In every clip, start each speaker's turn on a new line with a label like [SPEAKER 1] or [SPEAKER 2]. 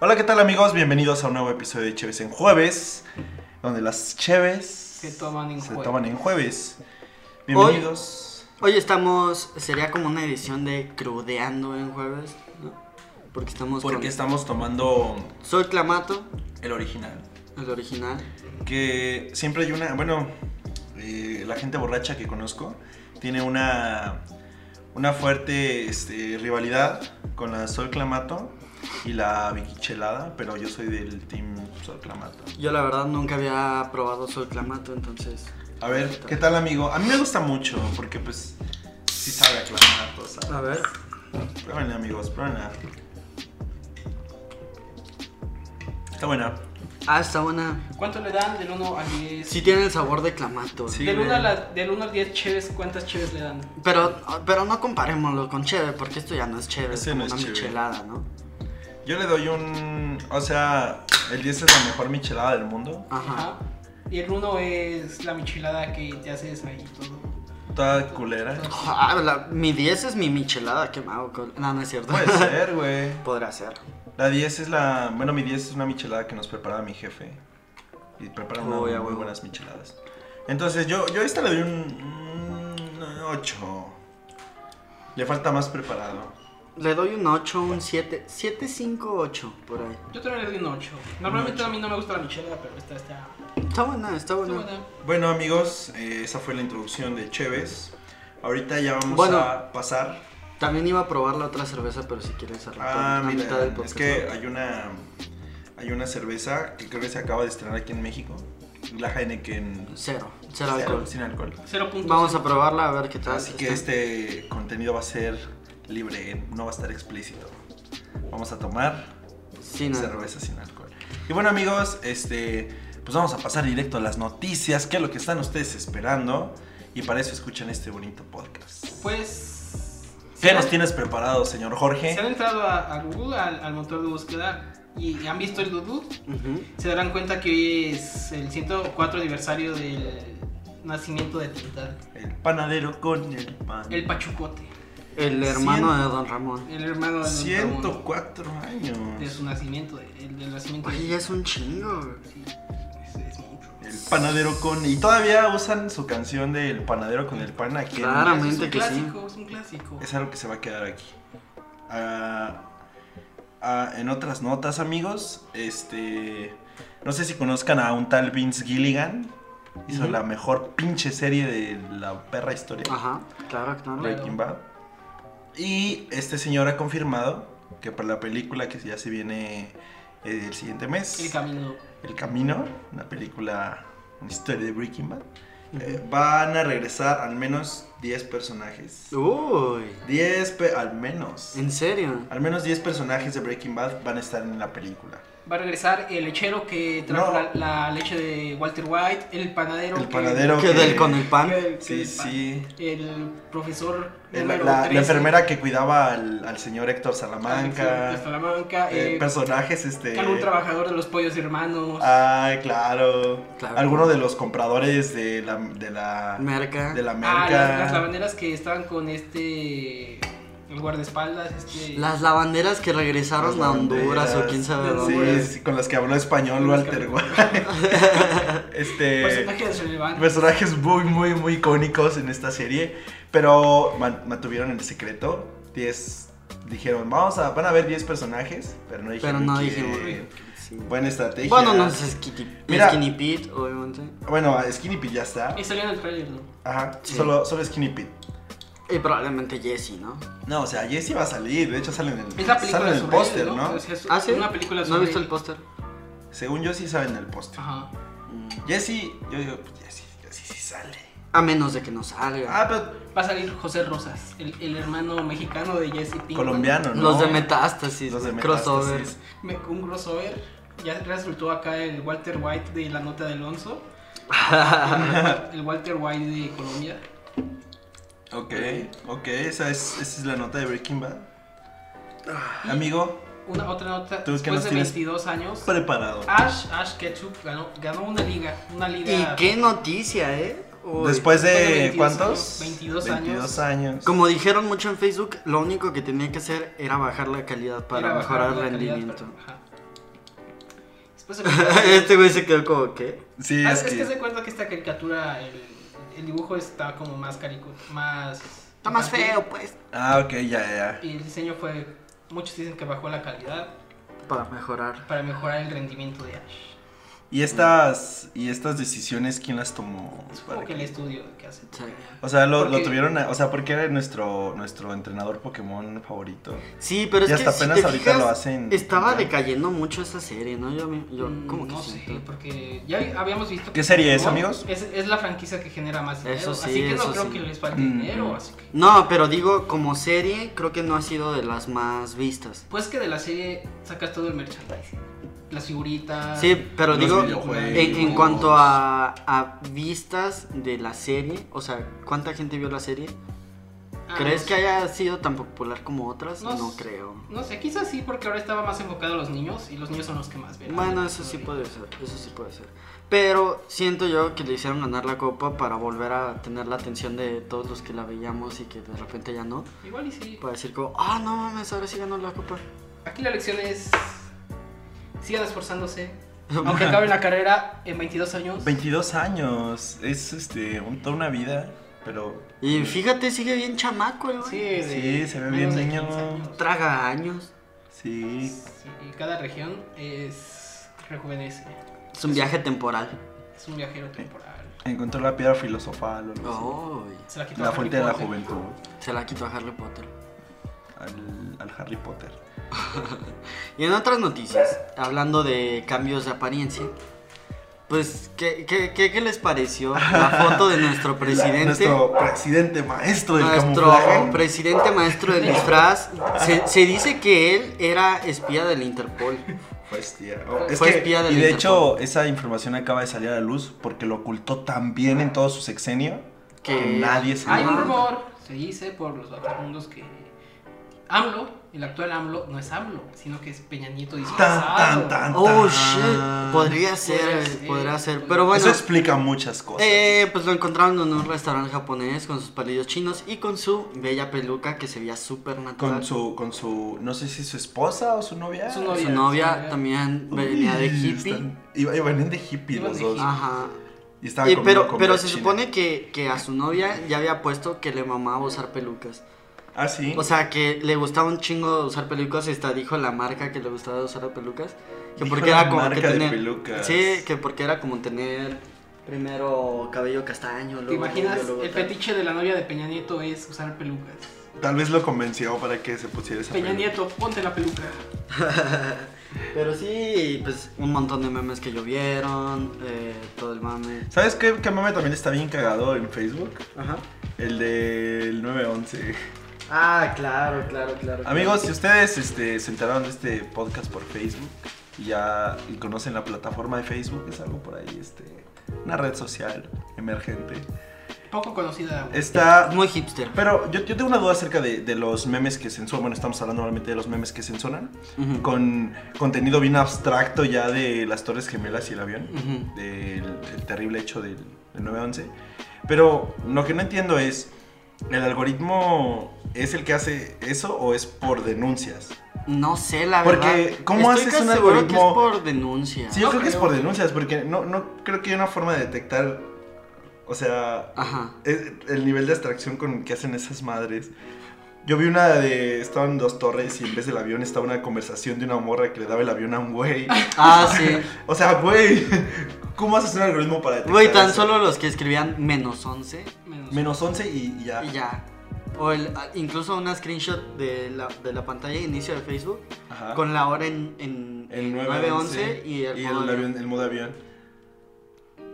[SPEAKER 1] Hola, ¿qué tal amigos? Bienvenidos a un nuevo episodio de Cheves en Jueves, donde las Cheves
[SPEAKER 2] Se toman en
[SPEAKER 1] se
[SPEAKER 2] jueves.
[SPEAKER 1] toman en jueves. Bienvenidos.
[SPEAKER 3] Hoy estamos, sería como una edición de crudeando en jueves, ¿no? Porque estamos
[SPEAKER 4] Porque
[SPEAKER 3] con-
[SPEAKER 4] estamos tomando
[SPEAKER 3] Soy Clamato,
[SPEAKER 4] el original.
[SPEAKER 3] el original.
[SPEAKER 1] Que siempre hay una, bueno, eh, la gente borracha que conozco tiene una, una fuerte este, rivalidad con la Sol Clamato y la Vicky Chelada, pero yo soy del team Sol Clamato.
[SPEAKER 3] Yo la verdad nunca había probado Soy Clamato, entonces...
[SPEAKER 1] A ver, ¿qué tal amigo? A mí me gusta mucho porque pues sí sabe a Clamato, ¿sabes?
[SPEAKER 3] A ver.
[SPEAKER 1] Pruébenla, amigos, pruébenla. Está buena.
[SPEAKER 3] Ah, está buena.
[SPEAKER 2] ¿Cuánto le dan del 1 al 10?
[SPEAKER 3] Sí tiene el sabor de Clamato.
[SPEAKER 1] Sí.
[SPEAKER 2] del,
[SPEAKER 1] güey.
[SPEAKER 2] 1 a la- del 1 al 10 cheves, ¿cuántas cheves le dan?
[SPEAKER 3] Pero, pero no comparémoslo con Cheve, porque esto ya no es Cheve, es
[SPEAKER 1] Ese
[SPEAKER 3] como
[SPEAKER 1] no es
[SPEAKER 3] una
[SPEAKER 1] cheve.
[SPEAKER 3] michelada, ¿no?
[SPEAKER 1] Yo le doy un. O sea, el 10 es la mejor michelada del mundo.
[SPEAKER 3] Ajá.
[SPEAKER 2] Ajá. Y el 1 es la michilada que te haces ahí todo.
[SPEAKER 1] Toda culera.
[SPEAKER 3] Ah, la- mi 10 es mi michelada, que me hago con- No, no es cierto.
[SPEAKER 1] Puede ser, güey.
[SPEAKER 3] Podrá ser.
[SPEAKER 1] La 10 es la. Bueno, mi 10 es una michelada que nos preparaba mi jefe. Y prepara unas
[SPEAKER 3] Uy, a
[SPEAKER 1] muy
[SPEAKER 3] huevo.
[SPEAKER 1] buenas micheladas. Entonces, yo, yo a esta le doy un. 8. Le falta más preparado.
[SPEAKER 3] Le doy un 8, un 7, 7, 5, 8, por ahí.
[SPEAKER 2] Yo también le doy un 8. Normalmente a mí no me gusta la michelada, pero esta está.
[SPEAKER 3] Está buena, está
[SPEAKER 2] está
[SPEAKER 3] buena.
[SPEAKER 2] buena.
[SPEAKER 1] Bueno, amigos, eh, esa fue la introducción de Cheves. Ahorita ya vamos
[SPEAKER 3] Bueno.
[SPEAKER 1] a pasar
[SPEAKER 3] También iba a probar la otra cerveza, pero si quieren cerrar
[SPEAKER 1] Ah,
[SPEAKER 3] la
[SPEAKER 1] mira,
[SPEAKER 3] mitad del podcast.
[SPEAKER 1] es que hay una hay una cerveza que creo que se acaba de estrenar aquí en México, la Heineken
[SPEAKER 3] Cero, cero,
[SPEAKER 1] cero,
[SPEAKER 3] alcohol. Ah,
[SPEAKER 1] sin alcohol.
[SPEAKER 2] 0.5.
[SPEAKER 3] Vamos a probarla a ver qué tal.
[SPEAKER 1] Así que este contenido va a ser libre, no va a estar explícito. Vamos a tomar
[SPEAKER 3] Sí, no.
[SPEAKER 1] cerveza sin alcohol. Y bueno, amigos, este pues vamos a pasar directo a las noticias, que es lo que están ustedes esperando y para eso escuchan este bonito podcast.
[SPEAKER 2] Pues.
[SPEAKER 1] ¿Qué
[SPEAKER 2] se
[SPEAKER 1] nos
[SPEAKER 2] han-
[SPEAKER 1] tienes preparado, señor Jorge?
[SPEAKER 2] Se han entrado a, a Google, al, al motor de búsqueda, y, y han visto el Google.
[SPEAKER 3] Ujú.
[SPEAKER 2] Se darán cuenta que hoy es el 104 aniversario del nacimiento de Tintán.
[SPEAKER 1] El panadero con el pan.
[SPEAKER 2] El Pachucote,
[SPEAKER 3] El hermano
[SPEAKER 1] Cien-
[SPEAKER 3] de Don Ramón.
[SPEAKER 2] el hermano de Don Ramón,
[SPEAKER 1] 104 años.
[SPEAKER 2] de su nacimiento, de- el del nacimiento
[SPEAKER 3] Oye,
[SPEAKER 2] de
[SPEAKER 3] ya es un chingo. güey.
[SPEAKER 2] Sí, es, es mucho.
[SPEAKER 1] El panadero con. Y todavía usan su canción del panadero con el pan aquí. en-
[SPEAKER 3] Claro. Claramente
[SPEAKER 2] es un
[SPEAKER 3] que sí.
[SPEAKER 2] clásico, es un clásico.
[SPEAKER 1] Es algo que se va a quedar aquí. Ah, ah, en otras notas, amigos, este. No sé si conozcan a un tal Vince Gilligan. Hizo
[SPEAKER 3] Ujú.
[SPEAKER 1] la mejor pinche serie de la perra historia.
[SPEAKER 3] Ajá, claro, claro.
[SPEAKER 1] Breaking Bad. Y este señor ha confirmado que para la película que ya se viene eh, el siguiente mes.
[SPEAKER 2] El camino.
[SPEAKER 1] El Camino, una película, una historia de Breaking Bad. eh, van a regresar al menos 10 personajes.
[SPEAKER 3] Uy,
[SPEAKER 1] 10, pe- al menos.
[SPEAKER 3] ¿en serio?
[SPEAKER 1] Al menos 10 personajes de Breaking Bad van a estar en la película.
[SPEAKER 2] Va a regresar el lechero que trajo
[SPEAKER 1] No.
[SPEAKER 2] la, la leche de Walter White, el panadero.
[SPEAKER 1] El
[SPEAKER 2] que-
[SPEAKER 1] panadero.
[SPEAKER 3] ¿Qué
[SPEAKER 1] que-
[SPEAKER 3] del con el pan?
[SPEAKER 2] que- que-
[SPEAKER 1] Sí, sí.
[SPEAKER 2] El profesor.
[SPEAKER 1] El-
[SPEAKER 2] número
[SPEAKER 1] la, la
[SPEAKER 2] 13,
[SPEAKER 1] enfermera que cuidaba al, al señor Héctor
[SPEAKER 2] Alexander de
[SPEAKER 1] Salamanca.
[SPEAKER 2] Salamanca.
[SPEAKER 1] eh, Ah,
[SPEAKER 2] eh,
[SPEAKER 1] personajes, este.
[SPEAKER 2] algún trabajador de los pollos hermanos.
[SPEAKER 1] Ay, claro.
[SPEAKER 3] Claro.
[SPEAKER 1] Alguno de los compradores de la. De la,
[SPEAKER 3] Merca.
[SPEAKER 1] de la merca.
[SPEAKER 2] Ah, las, las lavanderas que estaban con este. El guardaespaldas, este.
[SPEAKER 3] Las lavanderas que regresaron a
[SPEAKER 1] Las
[SPEAKER 3] Honduras o
[SPEAKER 1] banderas.
[SPEAKER 3] quién sabe
[SPEAKER 2] Sí.
[SPEAKER 3] dónde.
[SPEAKER 1] Sí, sí, con las que habló español
[SPEAKER 2] Con las
[SPEAKER 1] Walter
[SPEAKER 2] que-
[SPEAKER 1] White.
[SPEAKER 2] personaje
[SPEAKER 1] este
[SPEAKER 2] relevante.
[SPEAKER 1] personajes muy muy muy icónicos en esta serie, pero man- mantuvieron el secreto. 10 dijeron, vamos a van a ver 10 personajes, pero no dijeron
[SPEAKER 3] Pero no
[SPEAKER 1] quién.
[SPEAKER 3] dijimos. Sí.
[SPEAKER 1] Buena estrategia.
[SPEAKER 3] Bueno, no es Skinny,
[SPEAKER 1] ah. Mira.
[SPEAKER 3] Skinny Pete, obviamente.
[SPEAKER 1] Bueno, Skinny Pete ya está.
[SPEAKER 2] Y salió en el trailer, ¿no?
[SPEAKER 1] Ajá,
[SPEAKER 3] Sí.
[SPEAKER 1] solo solo Skinny Pete.
[SPEAKER 3] Y probablemente Jesse, ¿no?
[SPEAKER 1] No, o sea, Jesse va a salir, de hecho sale en el
[SPEAKER 2] Es la película
[SPEAKER 1] sale en el
[SPEAKER 2] sobre
[SPEAKER 1] póster,
[SPEAKER 2] él,
[SPEAKER 1] ¿no?
[SPEAKER 2] O sea, es
[SPEAKER 3] Ah, sí.
[SPEAKER 2] Una película
[SPEAKER 3] ¿No
[SPEAKER 2] sobre
[SPEAKER 3] he visto
[SPEAKER 2] él.
[SPEAKER 3] el póster?
[SPEAKER 1] Según yo sí sale en el póster.
[SPEAKER 2] Ajá.
[SPEAKER 1] Jesse, yo digo, pues, Jesse, Jesse sí sale.
[SPEAKER 3] A menos de que no salga.
[SPEAKER 1] Ah, pero
[SPEAKER 2] Va a salir José Rosas, el, el hermano mexicano de Jesse Pinkman.
[SPEAKER 1] colombiano, ¿no?
[SPEAKER 3] Los de metástasis,
[SPEAKER 1] Los de
[SPEAKER 3] crossover.
[SPEAKER 1] Metástasis.
[SPEAKER 2] Me- Un crossover. Ya resultó acá el Walter White de la nota de Alonso. el Walter White de Colombia.
[SPEAKER 1] Ok, ok, esa es, esa es la nota de Breaking Bad.
[SPEAKER 2] Ah,
[SPEAKER 1] Amigo,
[SPEAKER 2] Una otra nota.
[SPEAKER 1] ¿Tú qué
[SPEAKER 2] Después
[SPEAKER 1] nos
[SPEAKER 2] de
[SPEAKER 1] tienes?
[SPEAKER 2] 22 años,
[SPEAKER 1] preparado.
[SPEAKER 2] Ash, Ash Ketchum ganó, ganó una liga. Una liga.
[SPEAKER 3] Y qué noticia, ¿eh? Uy.
[SPEAKER 1] Después de,
[SPEAKER 2] Después de 22
[SPEAKER 1] ¿cuántos?
[SPEAKER 2] años, 22
[SPEAKER 1] años.
[SPEAKER 3] Como dijeron mucho en Facebook, lo único que tenía que hacer era bajar la calidad para
[SPEAKER 2] Era bajar
[SPEAKER 3] mejorar
[SPEAKER 2] la
[SPEAKER 3] el
[SPEAKER 2] calidad,
[SPEAKER 3] rendimiento.
[SPEAKER 2] pero- ajá. Después se
[SPEAKER 3] este güey se quedó como, ¿qué?
[SPEAKER 1] Sí,
[SPEAKER 2] Ah,
[SPEAKER 1] es, que...
[SPEAKER 2] se cuenta que esta caricatura, el, el dibujo está como más carico, más...
[SPEAKER 3] Está más feo, pues.
[SPEAKER 1] Ah, ok, ya, ya.
[SPEAKER 2] Y el diseño fue... Muchos dicen que bajó la calidad
[SPEAKER 3] Para mejorar.
[SPEAKER 2] para mejorar el rendimiento de Ash.
[SPEAKER 1] ¿Y estas, y estas decisiones quién las tomó?
[SPEAKER 2] Es
[SPEAKER 1] Para
[SPEAKER 2] como que
[SPEAKER 1] que-
[SPEAKER 2] el estudio que hace.
[SPEAKER 3] Sí.
[SPEAKER 1] O sea, lo, lo
[SPEAKER 2] Porque-
[SPEAKER 1] tuvieron, a- o sea, porque era nuestro, nuestro entrenador Pokémon favorito.
[SPEAKER 3] Sí, pero es
[SPEAKER 1] y
[SPEAKER 3] que
[SPEAKER 1] hasta
[SPEAKER 3] si
[SPEAKER 1] apenas
[SPEAKER 3] te
[SPEAKER 1] ahorita
[SPEAKER 3] fijas,
[SPEAKER 1] lo hacen.
[SPEAKER 3] Estaba decayendo mucho esa serie, ¿no? Yo, me- yo
[SPEAKER 2] Mm,
[SPEAKER 3] como que
[SPEAKER 2] no
[SPEAKER 3] siento-
[SPEAKER 2] sé, porque ya habíamos visto...
[SPEAKER 1] ¿Qué serie es,
[SPEAKER 2] Pokémon
[SPEAKER 1] amigos?
[SPEAKER 2] Es, es la franquicia que genera más dinero,
[SPEAKER 3] Eso sí,
[SPEAKER 2] así que
[SPEAKER 3] eso
[SPEAKER 2] no creo
[SPEAKER 3] sí.
[SPEAKER 2] que les falte
[SPEAKER 1] Mm.
[SPEAKER 2] dinero, así que...
[SPEAKER 3] No, pero digo, como serie, creo que no ha sido de las más vistas.
[SPEAKER 2] Pues que de la serie sacas todo el merchandising. Las figuritas.
[SPEAKER 3] Sí, pero
[SPEAKER 1] Los
[SPEAKER 3] digo,
[SPEAKER 1] videojuegos.
[SPEAKER 3] en, en cuanto a, a vistas de la serie, o sea, ¿cuánta gente vio la serie?
[SPEAKER 2] Ah,
[SPEAKER 3] ¿Crees
[SPEAKER 2] no sé.
[SPEAKER 3] que haya sido tan popular como otras?
[SPEAKER 2] No
[SPEAKER 3] No,
[SPEAKER 2] sé.
[SPEAKER 3] creo.
[SPEAKER 2] No sé, quizás sí, porque ahora estaba más enfocado a los niños y los niños son los que más ven.
[SPEAKER 3] Bueno, eso sí puede ser, eso sí puede ser. Pero siento yo que le hicieron ganar la copa para volver a tener la atención de todos los que la veíamos y que de repente ya no.
[SPEAKER 2] Igual y sí.
[SPEAKER 3] Para decir como, ah, no mames, ahora sí ganó la copa.
[SPEAKER 2] Aquí la lección es. Sigan esforzándose. Aunque acaben la carrera en 22 años.
[SPEAKER 1] 22 años. Es este, un- toda una vida, pero.
[SPEAKER 3] Y fíjate, sigue bien chamaco el güey.
[SPEAKER 2] Sí, de
[SPEAKER 1] Sí, se ve
[SPEAKER 2] menos
[SPEAKER 1] bien
[SPEAKER 2] de
[SPEAKER 1] niño.
[SPEAKER 2] 15 años.
[SPEAKER 3] Traga años.
[SPEAKER 1] Sí.
[SPEAKER 2] Sí, y cada región es. rejuvenece.
[SPEAKER 3] Es un viaje temporal.
[SPEAKER 2] Es un viajero temporal.
[SPEAKER 1] Encontró la piedra filosofal o algo así.
[SPEAKER 3] Ay,
[SPEAKER 2] Se la quitó
[SPEAKER 1] La
[SPEAKER 2] Harry
[SPEAKER 1] fuente de la
[SPEAKER 2] Potter.
[SPEAKER 1] juventud.
[SPEAKER 3] se la quitó a Harry Potter.
[SPEAKER 1] Al, al Harry Potter.
[SPEAKER 3] Y en otras noticias, hablando de cambios de apariencia, pues, ¿qué, qué, qué, qué les pareció la foto de nuestro presidente?
[SPEAKER 1] La- nuestro presidente maestro del
[SPEAKER 3] Nuestro
[SPEAKER 1] camuflaje.
[SPEAKER 3] presidente maestro del disfraz se, se dice que él era espía del Interpol.
[SPEAKER 1] Fue espía. Oh, es
[SPEAKER 3] Fue
[SPEAKER 1] que-
[SPEAKER 3] espía del
[SPEAKER 1] y de
[SPEAKER 3] Interpol.
[SPEAKER 1] hecho, esa información acaba de salir a la luz porque lo ocultó tan bien en todo su sexenio que,
[SPEAKER 3] Que-
[SPEAKER 1] nadie se
[SPEAKER 2] Hay
[SPEAKER 1] dio
[SPEAKER 2] un
[SPEAKER 1] cuenta.
[SPEAKER 2] rumor, se dice por los vagabundos que AMLO, el actual AMLO, no es AMLO, sino que es Peña Nieto
[SPEAKER 1] Tan,
[SPEAKER 2] disfrazado.
[SPEAKER 1] tan, tan,
[SPEAKER 3] Ah, Oh
[SPEAKER 1] tan.
[SPEAKER 3] shit, podría ser,
[SPEAKER 2] Podría ser.
[SPEAKER 3] podría ser, pero bueno.
[SPEAKER 1] Eso explica muchas cosas.
[SPEAKER 3] eh, pues lo encontraron en un restaurante japonés con sus palillos chinos y con su bella peluca que se veía súper natural.
[SPEAKER 1] con su, con su, no sé si su esposa o su novia.
[SPEAKER 2] Su novia.
[SPEAKER 3] Su
[SPEAKER 2] Sí.
[SPEAKER 3] novia también
[SPEAKER 1] Uy,
[SPEAKER 3] venía de hippie.
[SPEAKER 1] están- Iba- Iban de hippie
[SPEAKER 2] Iban
[SPEAKER 1] los
[SPEAKER 2] de
[SPEAKER 1] dos.
[SPEAKER 2] hippie.
[SPEAKER 3] Ajá.
[SPEAKER 1] Y estaban
[SPEAKER 3] Y
[SPEAKER 1] comiendo
[SPEAKER 3] pero
[SPEAKER 1] comida
[SPEAKER 3] pero se
[SPEAKER 1] china.
[SPEAKER 3] supone que, que a su novia ya había puesto que le mamaba usar pelucas.
[SPEAKER 1] Ah, sí.
[SPEAKER 3] O sea, que le gustaba un chingo usar pelucas y hasta dijo la marca que le gustaba usar pelucas. Que
[SPEAKER 1] Dijo
[SPEAKER 3] porque
[SPEAKER 1] la
[SPEAKER 3] era como
[SPEAKER 1] marca
[SPEAKER 3] que
[SPEAKER 1] de
[SPEAKER 3] tener-
[SPEAKER 1] pelucas.
[SPEAKER 3] Sí, que porque era como tener primero cabello castaño, luego
[SPEAKER 2] ¿Te imaginas?
[SPEAKER 3] rubio, luego
[SPEAKER 2] El
[SPEAKER 3] tal.
[SPEAKER 2] fetiche de la novia de Peña Nieto es usar pelucas.
[SPEAKER 1] Tal vez lo convenció para que se pusiera esa
[SPEAKER 2] Peña
[SPEAKER 1] peluca.
[SPEAKER 2] Nieto, ponte la peluca.
[SPEAKER 3] Pero sí, pues un montón de memes que llovieron, eh, todo el mame.
[SPEAKER 1] ¿Sabes qué, qué mame también está bien cagado en Facebook?
[SPEAKER 3] Ajá.
[SPEAKER 1] El del 911.
[SPEAKER 3] Ah, claro, claro, claro.
[SPEAKER 1] Amigos, si ustedes este, se enteraron de este podcast por Facebook y ya y conocen la plataforma de Facebook, es algo por ahí, este, una red social emergente.
[SPEAKER 2] Poco conocida.
[SPEAKER 1] Está...
[SPEAKER 3] Muy hipster.
[SPEAKER 1] Pero yo, yo tengo una duda acerca de, de los memes que censuran. Bueno, estamos hablando normalmente de los memes que censuran.
[SPEAKER 3] Ujú.
[SPEAKER 1] Con contenido bien abstracto ya de las Torres Gemelas y el avión.
[SPEAKER 3] Ujú.
[SPEAKER 1] del el terrible hecho del, del 9-11. Pero lo que no entiendo es, ¿el algoritmo es el que hace eso o es por denuncias?
[SPEAKER 3] No sé, la
[SPEAKER 1] Porque,
[SPEAKER 3] verdad.
[SPEAKER 1] ¿cómo
[SPEAKER 3] Estoy
[SPEAKER 1] haces
[SPEAKER 3] casi
[SPEAKER 1] un
[SPEAKER 3] seguro que
[SPEAKER 1] algoritmo?
[SPEAKER 3] es por denuncia.
[SPEAKER 1] Sí, yo
[SPEAKER 2] No
[SPEAKER 1] creo que es
[SPEAKER 2] creo.
[SPEAKER 1] por denuncias, porque no, no creo que haya una forma de detectar, o sea,
[SPEAKER 3] Ajá.
[SPEAKER 1] es- el nivel de abstracción con el que hacen esas madres. Yo vi una de, estaban dos torres y en vez del avión estaba una conversación de una morra que le daba el avión a un güey.
[SPEAKER 3] Ah, sí.
[SPEAKER 1] O sea, güey, ¿cómo haces un algoritmo para detectar
[SPEAKER 3] Güey, tan
[SPEAKER 1] eso?
[SPEAKER 3] solo los que escribían menos 11
[SPEAKER 2] Menos.
[SPEAKER 1] Menos 11 y, y ya.
[SPEAKER 3] y ya. O el, a- incluso una screenshot de la, de la pantalla de inicio de Facebook
[SPEAKER 1] Ajá.
[SPEAKER 3] con la hora en, en,
[SPEAKER 1] Ah. El
[SPEAKER 3] en
[SPEAKER 1] 911
[SPEAKER 3] y el, modo
[SPEAKER 1] avión-
[SPEAKER 3] avión.
[SPEAKER 1] el modo avión.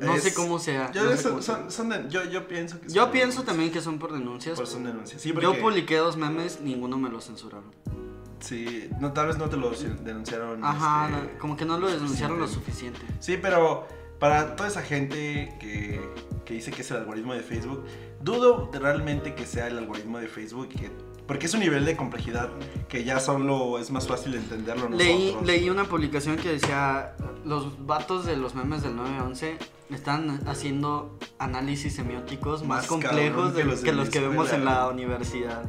[SPEAKER 3] No
[SPEAKER 1] Es-
[SPEAKER 3] sé cómo sea.
[SPEAKER 1] Yo,
[SPEAKER 3] no sé
[SPEAKER 1] eso-
[SPEAKER 3] cómo sea.
[SPEAKER 1] son- son de- yo- yo pienso que
[SPEAKER 3] Yo
[SPEAKER 1] son
[SPEAKER 3] pienso
[SPEAKER 1] denuncias.
[SPEAKER 3] también que son por denuncias.
[SPEAKER 1] Por son denuncias. Pues, Sí,
[SPEAKER 3] Yo
[SPEAKER 1] porque- Este,
[SPEAKER 3] publiqué dos memes, ninguno me lo censuraron.
[SPEAKER 1] Sí, no, tal vez no te lo denunciaron.
[SPEAKER 3] Ajá,
[SPEAKER 1] este,
[SPEAKER 3] no, como que no lo denunciaron lo suficiente.
[SPEAKER 1] Sí, pero para toda esa gente que, que dice que es el algoritmo de Facebook, dudo de realmente que sea el algoritmo de Facebook. que- porque es un nivel de complejidad que ya solo es más fácil entenderlo nosotros.
[SPEAKER 3] Leí, leí una publicación que decía, los vatos de los memes del 911 están haciendo análisis semióticos más,
[SPEAKER 1] Más cabrón
[SPEAKER 3] complejos
[SPEAKER 1] que
[SPEAKER 3] de
[SPEAKER 1] los
[SPEAKER 3] los
[SPEAKER 1] de
[SPEAKER 3] que,
[SPEAKER 1] mi
[SPEAKER 3] los que vemos en
[SPEAKER 1] escuela.
[SPEAKER 3] la universidad.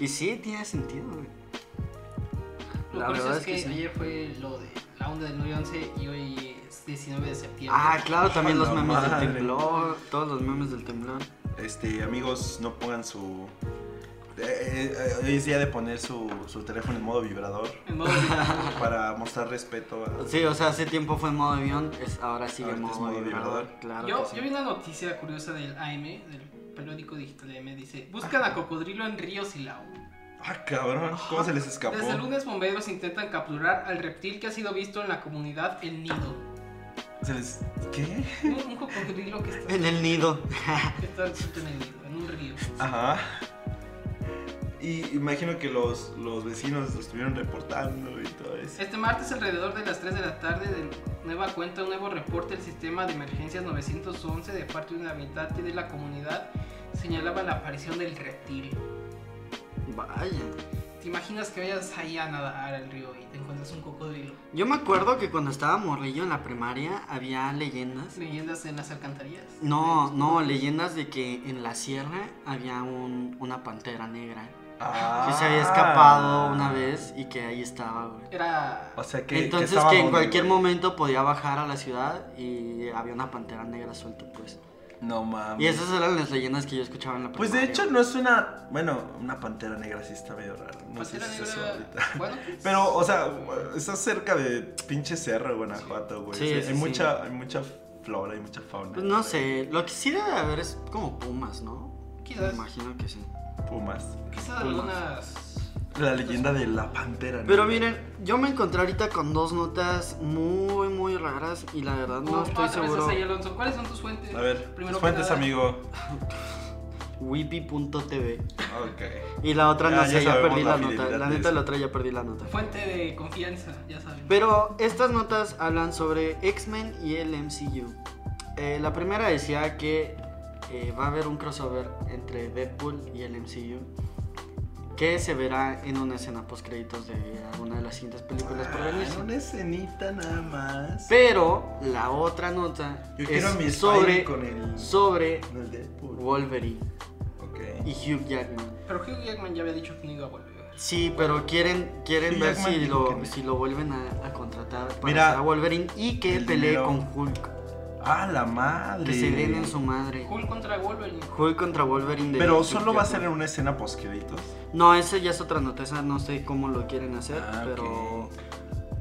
[SPEAKER 3] Y sí, tiene sentido, güey.
[SPEAKER 2] Lo
[SPEAKER 3] La
[SPEAKER 2] curioso
[SPEAKER 3] verdad
[SPEAKER 2] es
[SPEAKER 3] es
[SPEAKER 2] que,
[SPEAKER 3] que sí.
[SPEAKER 2] ayer fue lo de la onda del 9-11 y hoy es 19 de septiembre.
[SPEAKER 3] Ah, claro, también
[SPEAKER 1] Ay,
[SPEAKER 3] los
[SPEAKER 1] la
[SPEAKER 3] memes
[SPEAKER 1] madre.
[SPEAKER 3] del temblor. Todos los memes del temblor.
[SPEAKER 1] Este, amigos, no pongan su. eh, eh, eh, es día de poner su, su teléfono en modo vibrador
[SPEAKER 2] En modo de-
[SPEAKER 1] para mostrar respeto a.
[SPEAKER 3] Sí, o sea, hace tiempo fue en modo avión, es, ahora sigue en
[SPEAKER 1] Ahorita
[SPEAKER 3] modo,
[SPEAKER 1] es modo
[SPEAKER 3] vibrador.
[SPEAKER 1] vibrador.
[SPEAKER 3] Claro.
[SPEAKER 2] yo,
[SPEAKER 3] que sí.
[SPEAKER 2] yo vi una noticia curiosa del AM, del periódico digital AM, dice, buscan a cocodrilo en Río Silao.
[SPEAKER 1] Ah, cabrón, ¿cómo se les escapó?
[SPEAKER 2] Desde el lunes bomberos intentan capturar al reptil que ha sido visto en la comunidad El Nido.
[SPEAKER 1] Se les. ¿Qué?
[SPEAKER 2] Un, un cocodrilo que está,
[SPEAKER 3] En el nido.
[SPEAKER 2] que está suelto en el nido, en un río.
[SPEAKER 1] Ajá. Y imagino que los, los vecinos lo estuvieron reportando y todo eso.
[SPEAKER 2] Este martes alrededor de las 3 de la tarde de nueva cuenta un nuevo reporte del sistema de emergencias 911 de parte de un habitante de la comunidad señalaba la aparición del reptil.
[SPEAKER 3] Vaya.
[SPEAKER 2] ¿Te imaginas que vayas ahí a nadar al río y te encuentras un cocodrilo?
[SPEAKER 3] Yo me acuerdo que cuando estaba morrillo en la primaria había leyendas.
[SPEAKER 2] Leyendas en las alcantarillas.
[SPEAKER 3] No, no, leyendas de que en la sierra había un- una pantera negra.
[SPEAKER 1] Ah.
[SPEAKER 3] Que se había escapado una vez y que ahí estaba, güey.
[SPEAKER 2] Era...
[SPEAKER 1] O sea Ah. que.
[SPEAKER 3] Entonces
[SPEAKER 1] estaba
[SPEAKER 3] que en
[SPEAKER 1] donde,
[SPEAKER 3] cualquier
[SPEAKER 1] güey.
[SPEAKER 3] momento podía bajar a la ciudad y había una pantera negra suelta, pues.
[SPEAKER 1] No mames.
[SPEAKER 3] Y esas eran las leyendas que yo escuchaba en la
[SPEAKER 1] Pues
[SPEAKER 3] primaria.
[SPEAKER 1] de hecho no es una. Bueno, una pantera negra sí está medio rara. No
[SPEAKER 2] Pues
[SPEAKER 1] sé
[SPEAKER 2] era
[SPEAKER 1] si es eso
[SPEAKER 2] negra-
[SPEAKER 1] ahorita.
[SPEAKER 2] Bueno, pues,
[SPEAKER 1] Pero, o sea, está cerca de pinche cerro, Guanajuato, güey.
[SPEAKER 3] Sí,
[SPEAKER 1] O sea,
[SPEAKER 3] sí,
[SPEAKER 1] hay,
[SPEAKER 3] sí.
[SPEAKER 1] mucha, hay mucha flora, hay mucha fauna.
[SPEAKER 3] Pues no sé, lo que sí debe haber es como pumas, ¿no?
[SPEAKER 2] Quizás.
[SPEAKER 3] Me imagino que sí.
[SPEAKER 1] Pumas.
[SPEAKER 2] quizás
[SPEAKER 1] Pues
[SPEAKER 2] algunas...
[SPEAKER 1] La leyenda de la pantera. ¿no?
[SPEAKER 3] Pero miren, yo me encontré ahorita con dos notas muy, muy raras y la verdad no
[SPEAKER 2] Oh,
[SPEAKER 3] estoy
[SPEAKER 2] otra vez
[SPEAKER 3] seguro.
[SPEAKER 2] ahí, Alonso. ¿Cuáles son tus fuentes?
[SPEAKER 1] A ver,
[SPEAKER 2] Primero
[SPEAKER 1] tus
[SPEAKER 2] que
[SPEAKER 1] fuentes,
[SPEAKER 2] nada.
[SPEAKER 1] amigo.
[SPEAKER 3] Wipi.tv.
[SPEAKER 1] Ok.
[SPEAKER 3] Y la otra
[SPEAKER 1] Ya,
[SPEAKER 3] no sé,
[SPEAKER 1] ya
[SPEAKER 3] ya,
[SPEAKER 1] sabemos
[SPEAKER 3] perdí
[SPEAKER 1] la
[SPEAKER 3] la,
[SPEAKER 1] fidelidad
[SPEAKER 3] nota. La
[SPEAKER 1] de
[SPEAKER 3] neta,
[SPEAKER 1] eso.
[SPEAKER 3] la otra ya perdí la nota.
[SPEAKER 2] Fuente de confianza, ya saben.
[SPEAKER 3] Pero estas notas hablan sobre X-Men y el MCU. Eh, la primera decía que eh, va a haber un crossover entre Deadpool y el MCU que se verá en una escena post créditos de alguna de las siguientes películas Pues por venir.
[SPEAKER 1] Es una escenita nada más.
[SPEAKER 3] Pero la otra nota
[SPEAKER 1] Yo quiero a mi
[SPEAKER 3] es
[SPEAKER 1] sobre
[SPEAKER 3] sobre,
[SPEAKER 1] con el.
[SPEAKER 3] sobre
[SPEAKER 1] con el Deadpool.
[SPEAKER 3] Wolverine
[SPEAKER 1] Ok.
[SPEAKER 3] y Hugh Jackman.
[SPEAKER 2] Pero Hugh Jackman ya había dicho que no iba a volver.
[SPEAKER 3] Sí, pero quieren, quieren
[SPEAKER 1] Sí,
[SPEAKER 3] ver
[SPEAKER 1] Jackman
[SPEAKER 3] si
[SPEAKER 1] dijo que
[SPEAKER 3] lo,
[SPEAKER 1] no.
[SPEAKER 3] si lo vuelven a, a contratar para
[SPEAKER 1] Mira,
[SPEAKER 3] hacer a Wolverine y que
[SPEAKER 1] el
[SPEAKER 3] pelee
[SPEAKER 1] dinero.
[SPEAKER 3] con Hulk.
[SPEAKER 1] Ah, la madre.
[SPEAKER 3] Que se den en su madre.
[SPEAKER 2] Hulk contra Wolverine.
[SPEAKER 3] Hulk contra Wolverine de
[SPEAKER 1] Pero
[SPEAKER 3] Hugh
[SPEAKER 1] solo va a ser en
[SPEAKER 3] Jackman.
[SPEAKER 1] una escena post-créditos.
[SPEAKER 3] No, esa ya es otra nota, esa no sé cómo lo quieren hacer,
[SPEAKER 1] Ah,
[SPEAKER 3] pero...
[SPEAKER 1] ok.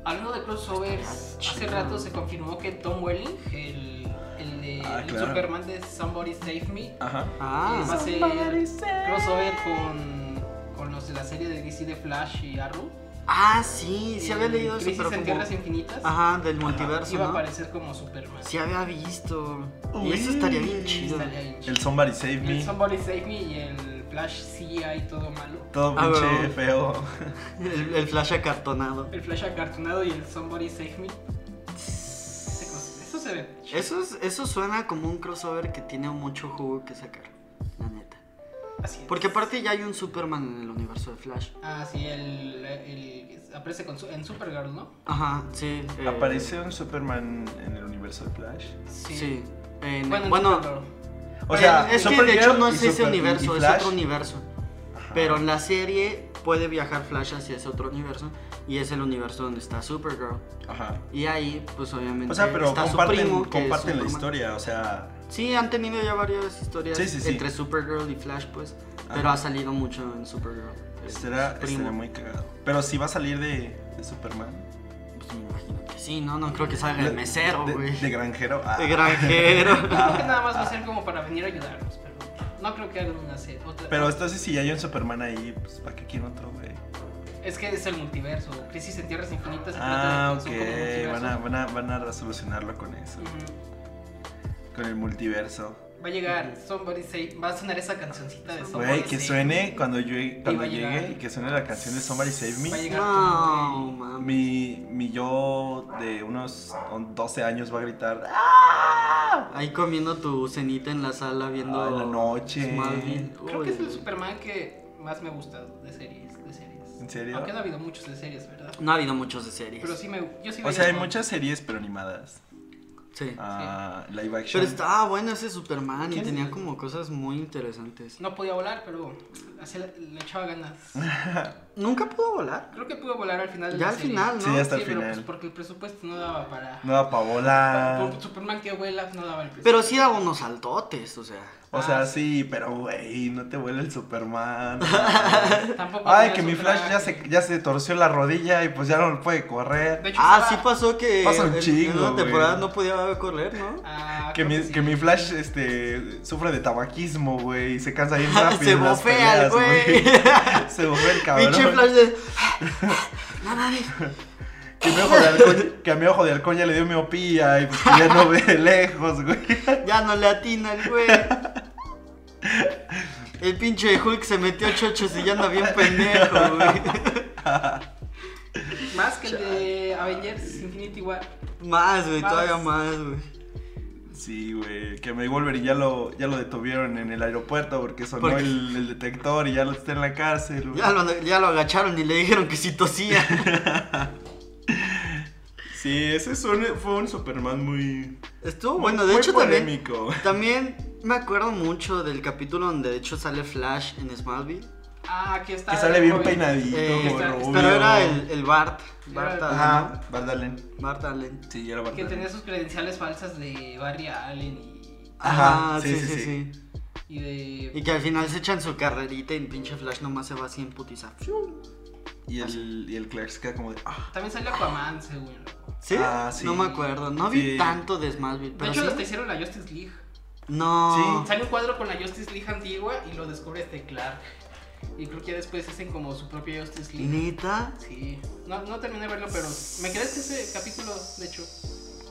[SPEAKER 2] Hablando de crossovers,
[SPEAKER 3] Está
[SPEAKER 2] hace
[SPEAKER 3] chido.
[SPEAKER 2] rato se confirmó que Tom Welling, el, el de
[SPEAKER 1] Ah,
[SPEAKER 2] el
[SPEAKER 1] claro.
[SPEAKER 2] Superman de Somebody Save Me,
[SPEAKER 1] Ajá.
[SPEAKER 2] eh, va a
[SPEAKER 3] Ah,
[SPEAKER 2] ser crossover con, con los de la serie de DC de Flash y Arrow.
[SPEAKER 3] ah, sí, sí había
[SPEAKER 2] En
[SPEAKER 3] leído eso,
[SPEAKER 2] Crisis
[SPEAKER 3] pero
[SPEAKER 2] en
[SPEAKER 3] como-
[SPEAKER 2] Tierras Infinitas.
[SPEAKER 3] Ajá, del multiverso,
[SPEAKER 2] Iba a
[SPEAKER 3] ¿no?
[SPEAKER 2] aparecer como Superman.
[SPEAKER 3] Sí había visto.
[SPEAKER 1] Uy.
[SPEAKER 3] y eso estaría bien
[SPEAKER 2] Sí,
[SPEAKER 3] chido.
[SPEAKER 2] estaría bien chido.
[SPEAKER 1] El Somebody Save
[SPEAKER 2] El,
[SPEAKER 1] Me.
[SPEAKER 2] Somebody Save Me y el Flash CGI todo malo.
[SPEAKER 1] Todo
[SPEAKER 3] Ah,
[SPEAKER 1] pinche
[SPEAKER 3] bueno.
[SPEAKER 1] feo.
[SPEAKER 3] El, el flash acartonado.
[SPEAKER 2] El Flash acartonado y el Somebody Save Me. Ese cos- Eso se ve. chido.
[SPEAKER 3] Eso, es- eso suena como un crossover que tiene mucho jugo que sacar, la neta.
[SPEAKER 2] Así es.
[SPEAKER 3] Porque aparte ya hay un Superman en el universo de Flash.
[SPEAKER 2] Ah, sí, el, el- aparece con su- en Supergirl, ¿no?
[SPEAKER 3] Ajá, sí. eh,
[SPEAKER 1] Aparece un Superman en el universo de Flash.
[SPEAKER 3] Sí. en-
[SPEAKER 2] Bueno,
[SPEAKER 3] bueno,
[SPEAKER 2] en Supergirl.
[SPEAKER 1] O sea,
[SPEAKER 3] es que de
[SPEAKER 1] Supergirl
[SPEAKER 3] hecho
[SPEAKER 1] y
[SPEAKER 3] no es ese
[SPEAKER 1] Super- y
[SPEAKER 3] universo, es
[SPEAKER 1] Flash.
[SPEAKER 3] otro universo.
[SPEAKER 1] Ajá.
[SPEAKER 3] Pero en la serie puede viajar Flash hacia ese otro universo y es el universo donde está Supergirl.
[SPEAKER 1] Ajá.
[SPEAKER 3] Y ahí, pues obviamente
[SPEAKER 1] O sea, pero
[SPEAKER 3] está
[SPEAKER 1] comparten,
[SPEAKER 3] su primo. que es
[SPEAKER 1] comparten la
[SPEAKER 3] Superman.
[SPEAKER 1] historia, o sea,
[SPEAKER 3] Sí, han tenido ya varias historias
[SPEAKER 1] Sí, sí, sí.
[SPEAKER 3] entre Supergirl y Flash, pues. Pero
[SPEAKER 1] Ajá.
[SPEAKER 3] ha salido mucho en Supergirl.
[SPEAKER 1] estará,
[SPEAKER 3] Su primo.
[SPEAKER 1] estará muy cagado. Pero si va a salir de, de Superman.
[SPEAKER 3] Pues me imagino que sí, ¿no? No creo que salga el mesero,
[SPEAKER 1] de,
[SPEAKER 3] güey.
[SPEAKER 1] de granjero. ah.
[SPEAKER 3] De granjero.
[SPEAKER 2] Creo que nada más va a ser como para venir a ayudarnos, pero no creo que hagan una serie. Otra.
[SPEAKER 1] Pero entonces si ya hay un Superman ahí, pues ¿para qué quieren otro, güey?
[SPEAKER 2] Es que es el multiverso. Crisis en Tierras Infinitas se
[SPEAKER 1] Ah,
[SPEAKER 2] trata de
[SPEAKER 1] ok.
[SPEAKER 2] son
[SPEAKER 1] Van a,
[SPEAKER 2] como
[SPEAKER 1] van, a, van a solucionarlo con eso,
[SPEAKER 2] multiversos.
[SPEAKER 1] con el multiverso.
[SPEAKER 2] Ujú. Va a llegar Somebody Save. Va a sonar esa cancioncita de Somebody
[SPEAKER 1] Güey, que
[SPEAKER 2] Save
[SPEAKER 1] suene cuando, yo, cuando
[SPEAKER 2] a llegar.
[SPEAKER 1] llegue y que suene la canción de Somebody Save Me.
[SPEAKER 2] Va a llegar
[SPEAKER 3] No,
[SPEAKER 2] como
[SPEAKER 3] mami.
[SPEAKER 1] Mi, mi yo de unos 12 años va a gritar "¡Ah!"
[SPEAKER 3] Ahí comiendo tu cenita en la sala viendo.
[SPEAKER 1] en Ah, la noche.
[SPEAKER 3] Smallville.
[SPEAKER 2] Creo que es el
[SPEAKER 3] Uy.
[SPEAKER 2] Superman que más me gusta de series, de series.
[SPEAKER 1] ¿En serio?
[SPEAKER 2] Aunque no ha habido muchos de series, ¿verdad?
[SPEAKER 3] No ha habido muchos de series.
[SPEAKER 2] Pero sí me yo sí
[SPEAKER 1] O
[SPEAKER 2] veía
[SPEAKER 1] sea, hay
[SPEAKER 2] todo.
[SPEAKER 1] muchas series pero animadas.
[SPEAKER 3] Sí.
[SPEAKER 1] Ah, live action.
[SPEAKER 3] Pero estaba bueno ese Superman y
[SPEAKER 1] ¿Quién?
[SPEAKER 3] tenía como cosas muy interesantes.
[SPEAKER 2] No podía volar, pero así le, le echaba ganas.
[SPEAKER 3] ¿Nunca pudo volar?
[SPEAKER 2] Creo que pudo volar al final de
[SPEAKER 3] Ya
[SPEAKER 2] la
[SPEAKER 3] al
[SPEAKER 2] serie.
[SPEAKER 3] final, ¿no?
[SPEAKER 1] Sí, hasta el
[SPEAKER 2] Sí, pero pues
[SPEAKER 1] final. Ah.
[SPEAKER 2] porque el presupuesto no daba para...
[SPEAKER 1] No da pa' volar.
[SPEAKER 2] Por Superman que vuela no daba el presupuesto.
[SPEAKER 3] Pero sí daba unos saltotes, o sea.
[SPEAKER 1] O
[SPEAKER 2] Ah,
[SPEAKER 1] sea, sí, pero güey, no te vuela el Superman. güey.
[SPEAKER 2] Tampoco
[SPEAKER 1] Ay,
[SPEAKER 2] tenía
[SPEAKER 1] que mi
[SPEAKER 2] su
[SPEAKER 1] Flash
[SPEAKER 2] traje.
[SPEAKER 1] ya se, ya se torció la rodilla y pues ya no puede correr.
[SPEAKER 2] De hecho,
[SPEAKER 3] Ah,
[SPEAKER 2] estaba-
[SPEAKER 3] sí pasó que
[SPEAKER 1] Pasa un
[SPEAKER 3] en-
[SPEAKER 1] chingo,
[SPEAKER 3] en una temporada
[SPEAKER 1] güey.
[SPEAKER 3] no podía correr, ¿no?
[SPEAKER 2] Ah,
[SPEAKER 1] Que
[SPEAKER 2] creo
[SPEAKER 1] mi,
[SPEAKER 2] sí.
[SPEAKER 1] que mi Flash este, sufre de tabaquismo, güey, y se cansa bien rápido.
[SPEAKER 3] Se
[SPEAKER 1] en las
[SPEAKER 3] bofea el
[SPEAKER 1] Ah, peleas,
[SPEAKER 3] güey.
[SPEAKER 1] Se bofea el cabrón.
[SPEAKER 3] Pinche flash de. "Ah, No mames.
[SPEAKER 1] Que mi ojo de halcón, que a mi ojo de halcón ya le dio miopía y pues que ya no ve de lejos, güey.
[SPEAKER 3] Ya no le atina el güey. El pinche Hulk se metió chochos y ya anda bien pendejo, güey.
[SPEAKER 2] Más que el de Avengers Infinity War.
[SPEAKER 3] Más, güey,
[SPEAKER 2] Más.
[SPEAKER 3] todavía más, güey.
[SPEAKER 1] Sí, güey, que me Wolverine ya lo, ya lo detuvieron en el aeropuerto porque sonó
[SPEAKER 3] Porque-
[SPEAKER 1] El, el detector y ya lo está en la cárcel, güey.
[SPEAKER 3] Ya lo, ya lo agacharon y le dijeron que si tosía.
[SPEAKER 1] Sí, ese es un- fue un Superman muy...
[SPEAKER 3] Estuvo Oh, bueno, de
[SPEAKER 1] muy
[SPEAKER 3] hecho también.
[SPEAKER 1] polémico.
[SPEAKER 3] También me acuerdo mucho del capítulo donde de hecho sale Flash en Smallville.
[SPEAKER 2] Ah, aquí está.
[SPEAKER 1] Que sale bien
[SPEAKER 2] Robin.
[SPEAKER 1] peinadito,
[SPEAKER 3] Eh,
[SPEAKER 1] como
[SPEAKER 2] está-
[SPEAKER 1] rubio.
[SPEAKER 3] Pero era el, el Bart.
[SPEAKER 2] Era
[SPEAKER 3] Bart
[SPEAKER 2] el-
[SPEAKER 3] Allen,
[SPEAKER 1] Ajá, Bart Allen.
[SPEAKER 3] ¿no? Bart Allen.
[SPEAKER 1] Sí, era Bart
[SPEAKER 2] Que
[SPEAKER 1] Allen.
[SPEAKER 2] tenía sus credenciales falsas de Barry Allen y,
[SPEAKER 1] Ajá,
[SPEAKER 3] Ajá,
[SPEAKER 1] sí,
[SPEAKER 3] sí,
[SPEAKER 1] sí,
[SPEAKER 3] sí, sí,
[SPEAKER 2] y de.
[SPEAKER 3] Y que al final se echan su carrerita y el pinche Flash nomás se va así en putiza. Ah,
[SPEAKER 1] Y el, y el Clark se queda como de... "Ah".
[SPEAKER 2] También sale Aquaman, seguro.
[SPEAKER 3] ¿Sí?
[SPEAKER 1] Ah, sí.
[SPEAKER 3] No me acuerdo. No vi
[SPEAKER 1] Sí.
[SPEAKER 3] tanto de Smallville,
[SPEAKER 2] De
[SPEAKER 3] pero
[SPEAKER 2] hecho,
[SPEAKER 3] sí.
[SPEAKER 2] hasta hicieron la Justice League.
[SPEAKER 3] No.
[SPEAKER 2] Sale un cuadro con la Justice League antigua y lo descubre este Clark. Y creo que ya después hacen como su propia Justice League.
[SPEAKER 3] ¿Neta?
[SPEAKER 2] Sí. No, no terminé de verlo, pero me quedé hasta ese capítulo, de hecho.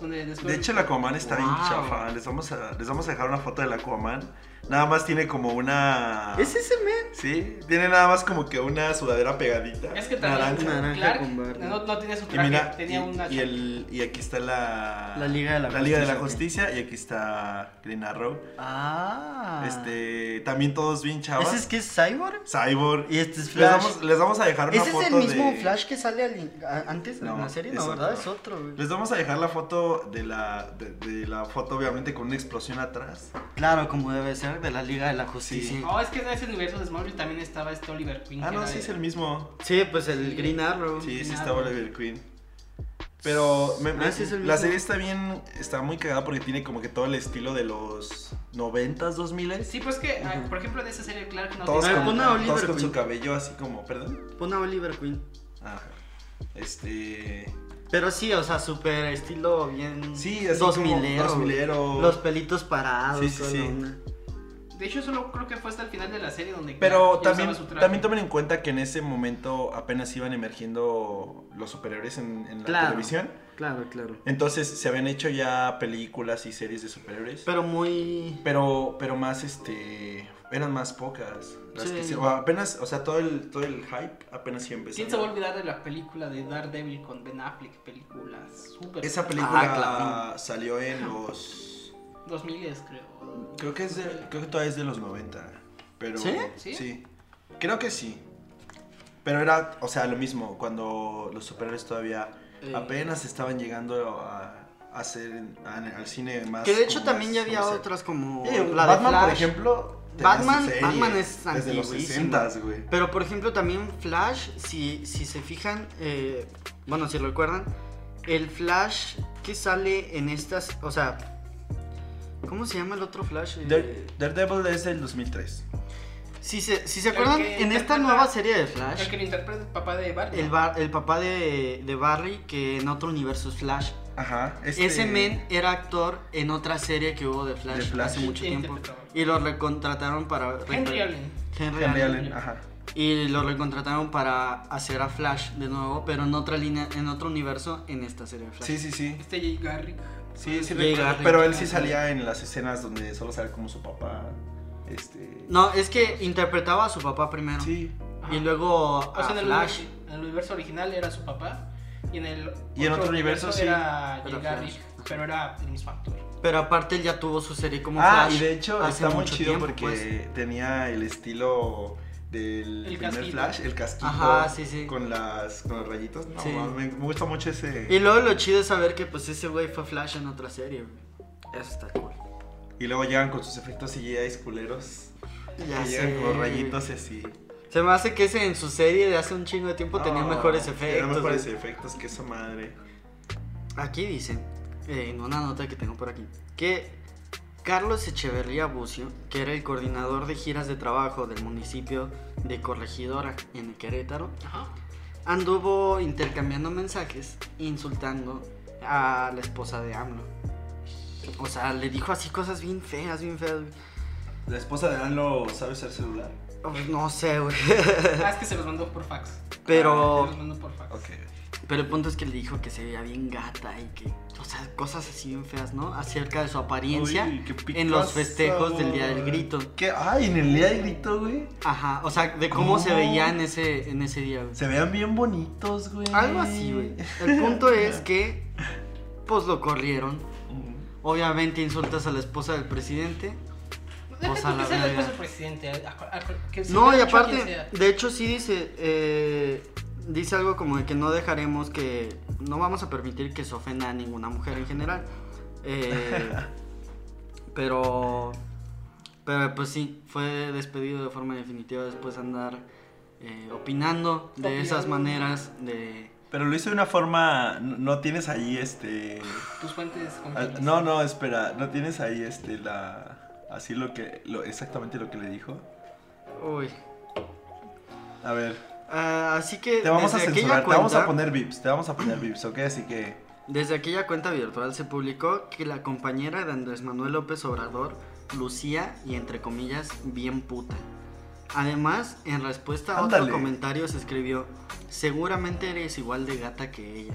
[SPEAKER 2] Donde
[SPEAKER 1] De
[SPEAKER 2] descubren-
[SPEAKER 1] hecho, el Aquaman está bien
[SPEAKER 3] Wow.
[SPEAKER 1] chafa. Les vamos, a, les vamos a dejar una foto del Aquaman. Nada más tiene como una...
[SPEAKER 3] ¿Es ese men?
[SPEAKER 1] Sí, tiene nada más como que una sudadera pegadita.
[SPEAKER 2] Es que también
[SPEAKER 1] naranja.
[SPEAKER 3] Naranja
[SPEAKER 2] Clark
[SPEAKER 3] con verde.
[SPEAKER 2] no, no tenía su
[SPEAKER 1] Y
[SPEAKER 2] traje,
[SPEAKER 1] mira,
[SPEAKER 2] tenía
[SPEAKER 1] y,
[SPEAKER 2] una
[SPEAKER 1] y el, y aquí está la...
[SPEAKER 3] La Liga de la
[SPEAKER 1] La Liga de la
[SPEAKER 3] Justicia,
[SPEAKER 1] Justicia y aquí está Green Arrow.
[SPEAKER 3] Ah.
[SPEAKER 1] Este, también todos bien chavas.
[SPEAKER 3] ¿Ese es que es Cyborg?
[SPEAKER 1] Cyborg.
[SPEAKER 3] Y este es
[SPEAKER 1] Les
[SPEAKER 3] Flash.
[SPEAKER 1] vamos, les vamos a dejar una
[SPEAKER 3] ¿Ese es
[SPEAKER 1] foto
[SPEAKER 3] el mismo
[SPEAKER 1] de-
[SPEAKER 3] Flash que sale al in- a- antes
[SPEAKER 1] No,
[SPEAKER 3] en la serie? No,
[SPEAKER 1] es
[SPEAKER 3] ¿verdad?
[SPEAKER 1] otro.
[SPEAKER 3] Es otro, güey.
[SPEAKER 1] Les vamos a dejar la foto de la, de, de la foto obviamente con una explosión atrás.
[SPEAKER 3] Claro, como debe ser, de la Liga de la Justicia.
[SPEAKER 1] Sí.
[SPEAKER 3] Sí,
[SPEAKER 2] Oh, es que en ese universo de Smallville también estaba este Oliver Queen.
[SPEAKER 1] Ah,
[SPEAKER 2] que
[SPEAKER 1] no,
[SPEAKER 2] era
[SPEAKER 1] sí
[SPEAKER 2] de-
[SPEAKER 1] es el mismo.
[SPEAKER 3] pues el
[SPEAKER 2] Sí.
[SPEAKER 3] Green Arrow.
[SPEAKER 1] Sí, sí
[SPEAKER 2] Nada.
[SPEAKER 1] está Oliver Queen. Pero me- me-
[SPEAKER 3] Ah, sí es el
[SPEAKER 1] la
[SPEAKER 3] mismo.
[SPEAKER 1] serie está bien, está muy cagada porque tiene como que todo el estilo de los 90s, 2000
[SPEAKER 2] Sí, pues que, ah,
[SPEAKER 3] Ujú.
[SPEAKER 2] por ejemplo, en esa serie Clark no
[SPEAKER 1] Todos,
[SPEAKER 3] A ver,
[SPEAKER 1] con,
[SPEAKER 3] pon a
[SPEAKER 2] tanta-
[SPEAKER 3] Oliver
[SPEAKER 1] todos con su
[SPEAKER 3] Queen.
[SPEAKER 1] cabello así como, perdón.
[SPEAKER 3] Pon a Oliver Queen.
[SPEAKER 1] Ajá. Este.
[SPEAKER 3] Pero sí, o sea, súper estilo bien.
[SPEAKER 1] Sí, así
[SPEAKER 3] dos
[SPEAKER 1] como
[SPEAKER 3] milero.
[SPEAKER 1] dos milero.
[SPEAKER 3] Los pelitos parados.
[SPEAKER 1] Sí, sí,
[SPEAKER 3] toda
[SPEAKER 1] sí.
[SPEAKER 3] la onda.
[SPEAKER 2] De hecho, solo creo que fue hasta el final de la serie donde
[SPEAKER 1] Pero
[SPEAKER 2] Clark ya
[SPEAKER 1] también,
[SPEAKER 2] usaba su traje.
[SPEAKER 1] también tomen en cuenta que en ese momento apenas iban emergiendo los superhéroes en, en la
[SPEAKER 3] Claro.
[SPEAKER 1] televisión.
[SPEAKER 3] Claro, claro.
[SPEAKER 1] Entonces se habían hecho ya películas y series de superhéroes.
[SPEAKER 3] Pero muy.
[SPEAKER 1] Pero, pero más este. Eran más pocas. Las
[SPEAKER 3] Sí.
[SPEAKER 1] que se- o apenas, o sea, todo el, todo el hype apenas iba empezando.
[SPEAKER 2] ¿Quién se va a olvidar de la película de Daredevil con Ben Affleck? Película súper.
[SPEAKER 1] Esa película
[SPEAKER 3] Ah,
[SPEAKER 1] salió en los.
[SPEAKER 2] 2000 creo.
[SPEAKER 1] Creo que es de, creo que todavía es de los 90. Pero.
[SPEAKER 3] ¿Sí?
[SPEAKER 2] ¿Sí?
[SPEAKER 1] Creo que sí. Pero era, o sea, lo mismo, cuando los superhéroes todavía
[SPEAKER 3] Eh.
[SPEAKER 1] apenas estaban llegando a, a ser a- al cine más.
[SPEAKER 3] Que de hecho
[SPEAKER 1] como
[SPEAKER 3] también ya
[SPEAKER 1] más
[SPEAKER 3] había
[SPEAKER 1] comercial.
[SPEAKER 3] otras como.
[SPEAKER 1] Eh,
[SPEAKER 3] la de
[SPEAKER 1] Batman,
[SPEAKER 3] Flash.
[SPEAKER 1] por ejemplo. tenía
[SPEAKER 3] Batman-
[SPEAKER 1] su serie
[SPEAKER 3] Batman es
[SPEAKER 1] Desde los
[SPEAKER 3] antiguísimo.
[SPEAKER 1] 60, güey.
[SPEAKER 3] Pero por ejemplo también Flash, si, si se fijan, eh, bueno, si recuerdan, el Flash que sale en estas, o sea, ¿cómo se llama el otro Flash? Eh,
[SPEAKER 1] Dare- Daredevil es del 2003.
[SPEAKER 3] si se, si se
[SPEAKER 2] El
[SPEAKER 3] acuerdan,
[SPEAKER 2] que
[SPEAKER 3] en esta
[SPEAKER 2] interpreta-
[SPEAKER 3] nueva serie de
[SPEAKER 2] El
[SPEAKER 3] Flash,
[SPEAKER 2] que lo interpreta el papá de Barry.
[SPEAKER 3] el, bar- el papá de, de Barry, que en otro universo es Flash,
[SPEAKER 1] Ajá. este-
[SPEAKER 3] ese men era actor en otra serie que hubo de Flash,
[SPEAKER 1] De Flash.
[SPEAKER 3] hace mucho
[SPEAKER 2] ¿Quién
[SPEAKER 3] tiempo.
[SPEAKER 2] interpretaba?
[SPEAKER 3] Y lo recontrataron para...
[SPEAKER 2] Henry Allen.
[SPEAKER 3] Henry
[SPEAKER 1] Henry
[SPEAKER 3] Allen.
[SPEAKER 1] Allen, ajá.
[SPEAKER 3] Y lo recontrataron para hacer a Flash de nuevo, pero en otra línea, en otro universo, en esta serie de Flash.
[SPEAKER 1] Sí, sí, sí.
[SPEAKER 2] Este Jay Garrick.
[SPEAKER 1] Sí, sí,
[SPEAKER 3] Jay
[SPEAKER 1] recuerdo,
[SPEAKER 3] Garrick.
[SPEAKER 1] Pero él sí salía en las escenas donde solo sale como su papá. Este.
[SPEAKER 3] No, es que interpretaba a su papá primero.
[SPEAKER 1] Sí.
[SPEAKER 3] Y luego a
[SPEAKER 1] Ah,
[SPEAKER 2] O sea, en el,
[SPEAKER 3] Flash.
[SPEAKER 2] universo- en el universo original era su papá. Y en el
[SPEAKER 1] Y en otro universo, sí.
[SPEAKER 2] era
[SPEAKER 3] Era
[SPEAKER 2] Jay Garrick, pero era el mismo actor.
[SPEAKER 3] Pero aparte él ya tuvo su serie como
[SPEAKER 1] Ah,
[SPEAKER 3] Flash.
[SPEAKER 1] y de hecho
[SPEAKER 3] hace
[SPEAKER 1] está muy
[SPEAKER 3] mucho
[SPEAKER 1] chido
[SPEAKER 3] tiempo,
[SPEAKER 1] porque
[SPEAKER 3] pues.
[SPEAKER 1] tenía el estilo del
[SPEAKER 2] El
[SPEAKER 1] primer
[SPEAKER 2] casquito.
[SPEAKER 1] Flash, el casquito
[SPEAKER 3] Ajá, sí, sí.
[SPEAKER 1] con las con los rayitos. No,
[SPEAKER 3] Sí.
[SPEAKER 1] me, me gusta mucho ese.
[SPEAKER 3] Y luego lo chido es saber que pues ese güey fue Flash en otra serie, güey. Eso está cool.
[SPEAKER 1] Y luego llegan con sus efectos CGI culeros.
[SPEAKER 3] Ya
[SPEAKER 1] y
[SPEAKER 3] sé.
[SPEAKER 1] llegan con los rayitos y así.
[SPEAKER 3] Se me hace que ese en su serie de hace un chingo de tiempo tenía
[SPEAKER 1] No,
[SPEAKER 3] mejores
[SPEAKER 1] tenía
[SPEAKER 3] efectos.
[SPEAKER 1] mejores
[SPEAKER 3] güey.
[SPEAKER 1] efectos que esa madre.
[SPEAKER 3] Aquí dice, eh, en una nota que tengo por aquí, que Carlos Echeverría Bucio, que era el coordinador de giras de trabajo del municipio de Corregidora en Querétaro,
[SPEAKER 2] Ajá.
[SPEAKER 3] anduvo intercambiando mensajes insultando a la esposa de AMLO. O sea, le dijo así cosas bien feas, bien feas. güey.
[SPEAKER 1] La esposa de Anlo sabe usar celular.
[SPEAKER 3] Oh, No sé, güey.
[SPEAKER 2] Ah, es que se los mandó por fax.
[SPEAKER 3] Pero-
[SPEAKER 2] Se los mandó por fax.
[SPEAKER 1] Ok.
[SPEAKER 3] Pero el punto es que le dijo que se veía bien gata y que, o sea, cosas así bien feas, ¿no? Acerca de su apariencia
[SPEAKER 1] Uy, qué
[SPEAKER 3] en los
[SPEAKER 1] picazo,
[SPEAKER 3] festejos del Día del
[SPEAKER 1] güey.
[SPEAKER 3] Grito.
[SPEAKER 1] ¿Qué? Ay, en el día del grito, güey.
[SPEAKER 3] Ajá, o sea, de cómo se
[SPEAKER 1] ¿Cómo?
[SPEAKER 3] veía en ese, en ese día, güey.
[SPEAKER 1] Se vean bien bonitos, güey.
[SPEAKER 3] Algo así, güey. El punto es que, pues lo corrieron.
[SPEAKER 1] Ujú.
[SPEAKER 3] Obviamente insultas a la esposa del presidente.
[SPEAKER 2] Deja
[SPEAKER 3] O sea,
[SPEAKER 2] tú que
[SPEAKER 3] la
[SPEAKER 2] sea la
[SPEAKER 3] verga.
[SPEAKER 2] esposa del presidente. a- a- a- que se
[SPEAKER 3] No,
[SPEAKER 2] hubiera
[SPEAKER 3] y
[SPEAKER 2] dicho a quien
[SPEAKER 3] aparte,
[SPEAKER 2] sea.
[SPEAKER 3] de hecho sí dice, eh, dice algo como de que no dejaremos que, no vamos a permitir que se ofenda a ninguna mujer en general. Eh, pero, pero pues sí, fue despedido de forma definitiva después de andar eh, opinando de esas
[SPEAKER 2] Opinando.
[SPEAKER 3] maneras de...
[SPEAKER 1] Pero lo hizo de una forma. No no tienes ahí este.
[SPEAKER 2] Tus fuentes
[SPEAKER 1] al-
[SPEAKER 2] confiables.
[SPEAKER 1] No, no, espera. No tienes ahí este la. Así lo que. Lo, exactamente lo que le dijo.
[SPEAKER 3] Uy.
[SPEAKER 1] A ver.
[SPEAKER 3] Ah, así que...
[SPEAKER 1] Te vamos a
[SPEAKER 3] desde aquella
[SPEAKER 1] censurar, te vamos a
[SPEAKER 3] cuenta-
[SPEAKER 1] poner vips, te vamos a poner vips, ¿ok? Así que.
[SPEAKER 3] Desde aquella cuenta virtual se publicó que la compañera de Andrés Manuel López Obrador lucía y entre comillas bien puta. Además, en respuesta a
[SPEAKER 1] Ándale.
[SPEAKER 3] otro comentario se escribió, seguramente eres igual de gata que ella.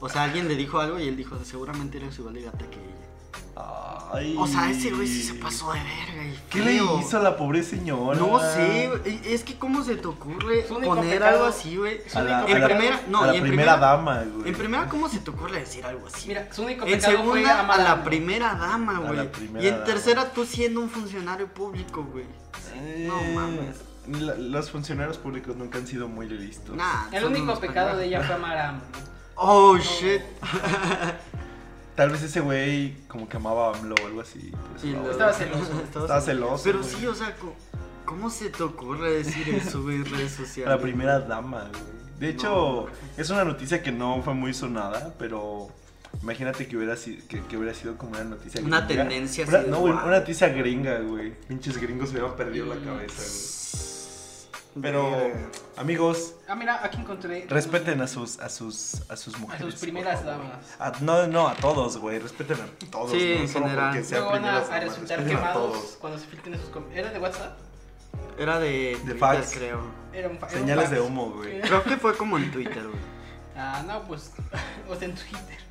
[SPEAKER 3] O sea, alguien le dijo algo y él dijo, seguramente eres igual de gata que ella.
[SPEAKER 1] Ay.
[SPEAKER 3] O sea, ese güey sí se pasó de verga. y
[SPEAKER 1] ¿Qué le
[SPEAKER 3] feo.
[SPEAKER 1] hizo a la pobre señora?
[SPEAKER 3] No sé, güey, es que cómo se te ocurre
[SPEAKER 2] Su único
[SPEAKER 3] poner
[SPEAKER 2] pecado-
[SPEAKER 3] algo así, güey.
[SPEAKER 1] A la,
[SPEAKER 3] En
[SPEAKER 1] a la-
[SPEAKER 3] primera- no,
[SPEAKER 1] a la
[SPEAKER 3] y en
[SPEAKER 1] primera
[SPEAKER 3] primera-
[SPEAKER 1] dama, güey.
[SPEAKER 3] En primera, ¿cómo se te ocurre decir algo así?
[SPEAKER 2] Mira, su único
[SPEAKER 3] En
[SPEAKER 2] pecado fue
[SPEAKER 3] segunda, a
[SPEAKER 2] amar
[SPEAKER 3] la
[SPEAKER 2] AMLO.
[SPEAKER 3] primera dama,
[SPEAKER 1] A la
[SPEAKER 3] güey.
[SPEAKER 1] primera
[SPEAKER 3] Y en
[SPEAKER 1] dama.
[SPEAKER 3] tercera, tú siendo un funcionario público, güey.
[SPEAKER 1] Eh,
[SPEAKER 3] No mames.
[SPEAKER 1] la- los funcionarios públicos nunca han sido muy listos.
[SPEAKER 3] Nah,
[SPEAKER 2] El
[SPEAKER 3] son
[SPEAKER 2] único
[SPEAKER 3] unos
[SPEAKER 2] pecado de
[SPEAKER 3] pendejos.
[SPEAKER 2] ella fue amar a AMLO.
[SPEAKER 3] Oh, shit.
[SPEAKER 1] Tal vez ese güey como que amaba a AMLO o algo así. por eso
[SPEAKER 3] Y
[SPEAKER 1] lo-
[SPEAKER 3] luego-
[SPEAKER 2] Estaba celoso.
[SPEAKER 1] Estaba celoso,
[SPEAKER 3] Pero
[SPEAKER 1] güey.
[SPEAKER 3] sí, o sea, co- ¿cómo se te ocurre decir eso, güey, en redes
[SPEAKER 1] a
[SPEAKER 3] sociales?
[SPEAKER 1] la primera dama, güey. De hecho, es una noticia que no fue muy sonada, pero imagínate que hubiera sido, que, que hubiera sido como una noticia
[SPEAKER 3] Una tendencia
[SPEAKER 1] Una-
[SPEAKER 3] así de
[SPEAKER 1] No, güey,
[SPEAKER 3] guau.
[SPEAKER 1] una noticia gringa, güey. Pinches gringos se hubieran perdido la cabeza, güey. Pero,
[SPEAKER 3] Verga.
[SPEAKER 1] amigos,
[SPEAKER 2] Ah, mira, aquí encontré.
[SPEAKER 1] respeten a sus, a sus, a sus
[SPEAKER 2] A
[SPEAKER 1] mujeres.
[SPEAKER 2] sus
[SPEAKER 1] por
[SPEAKER 2] primeras
[SPEAKER 1] favor.
[SPEAKER 2] damas.
[SPEAKER 1] A- no, no, a todos, güey. Respeten a todos.
[SPEAKER 3] Sí,
[SPEAKER 1] no
[SPEAKER 3] en
[SPEAKER 1] solo
[SPEAKER 3] general.
[SPEAKER 1] porque sean
[SPEAKER 2] Luego van a,
[SPEAKER 1] primeras
[SPEAKER 2] a
[SPEAKER 1] damas,
[SPEAKER 2] resultar
[SPEAKER 1] respeten a
[SPEAKER 2] quemados
[SPEAKER 1] todos.
[SPEAKER 2] cuando se filtren sus com- ¿Era de WhatsApp?
[SPEAKER 3] Era de Twitter,
[SPEAKER 1] fax.
[SPEAKER 3] creo.
[SPEAKER 2] Era un fa- era un
[SPEAKER 1] Señales de
[SPEAKER 2] fax.
[SPEAKER 1] humo, güey.
[SPEAKER 3] Creo que fue como en Twitter, güey.
[SPEAKER 2] Ah, no, pues. O sea, en Twitter.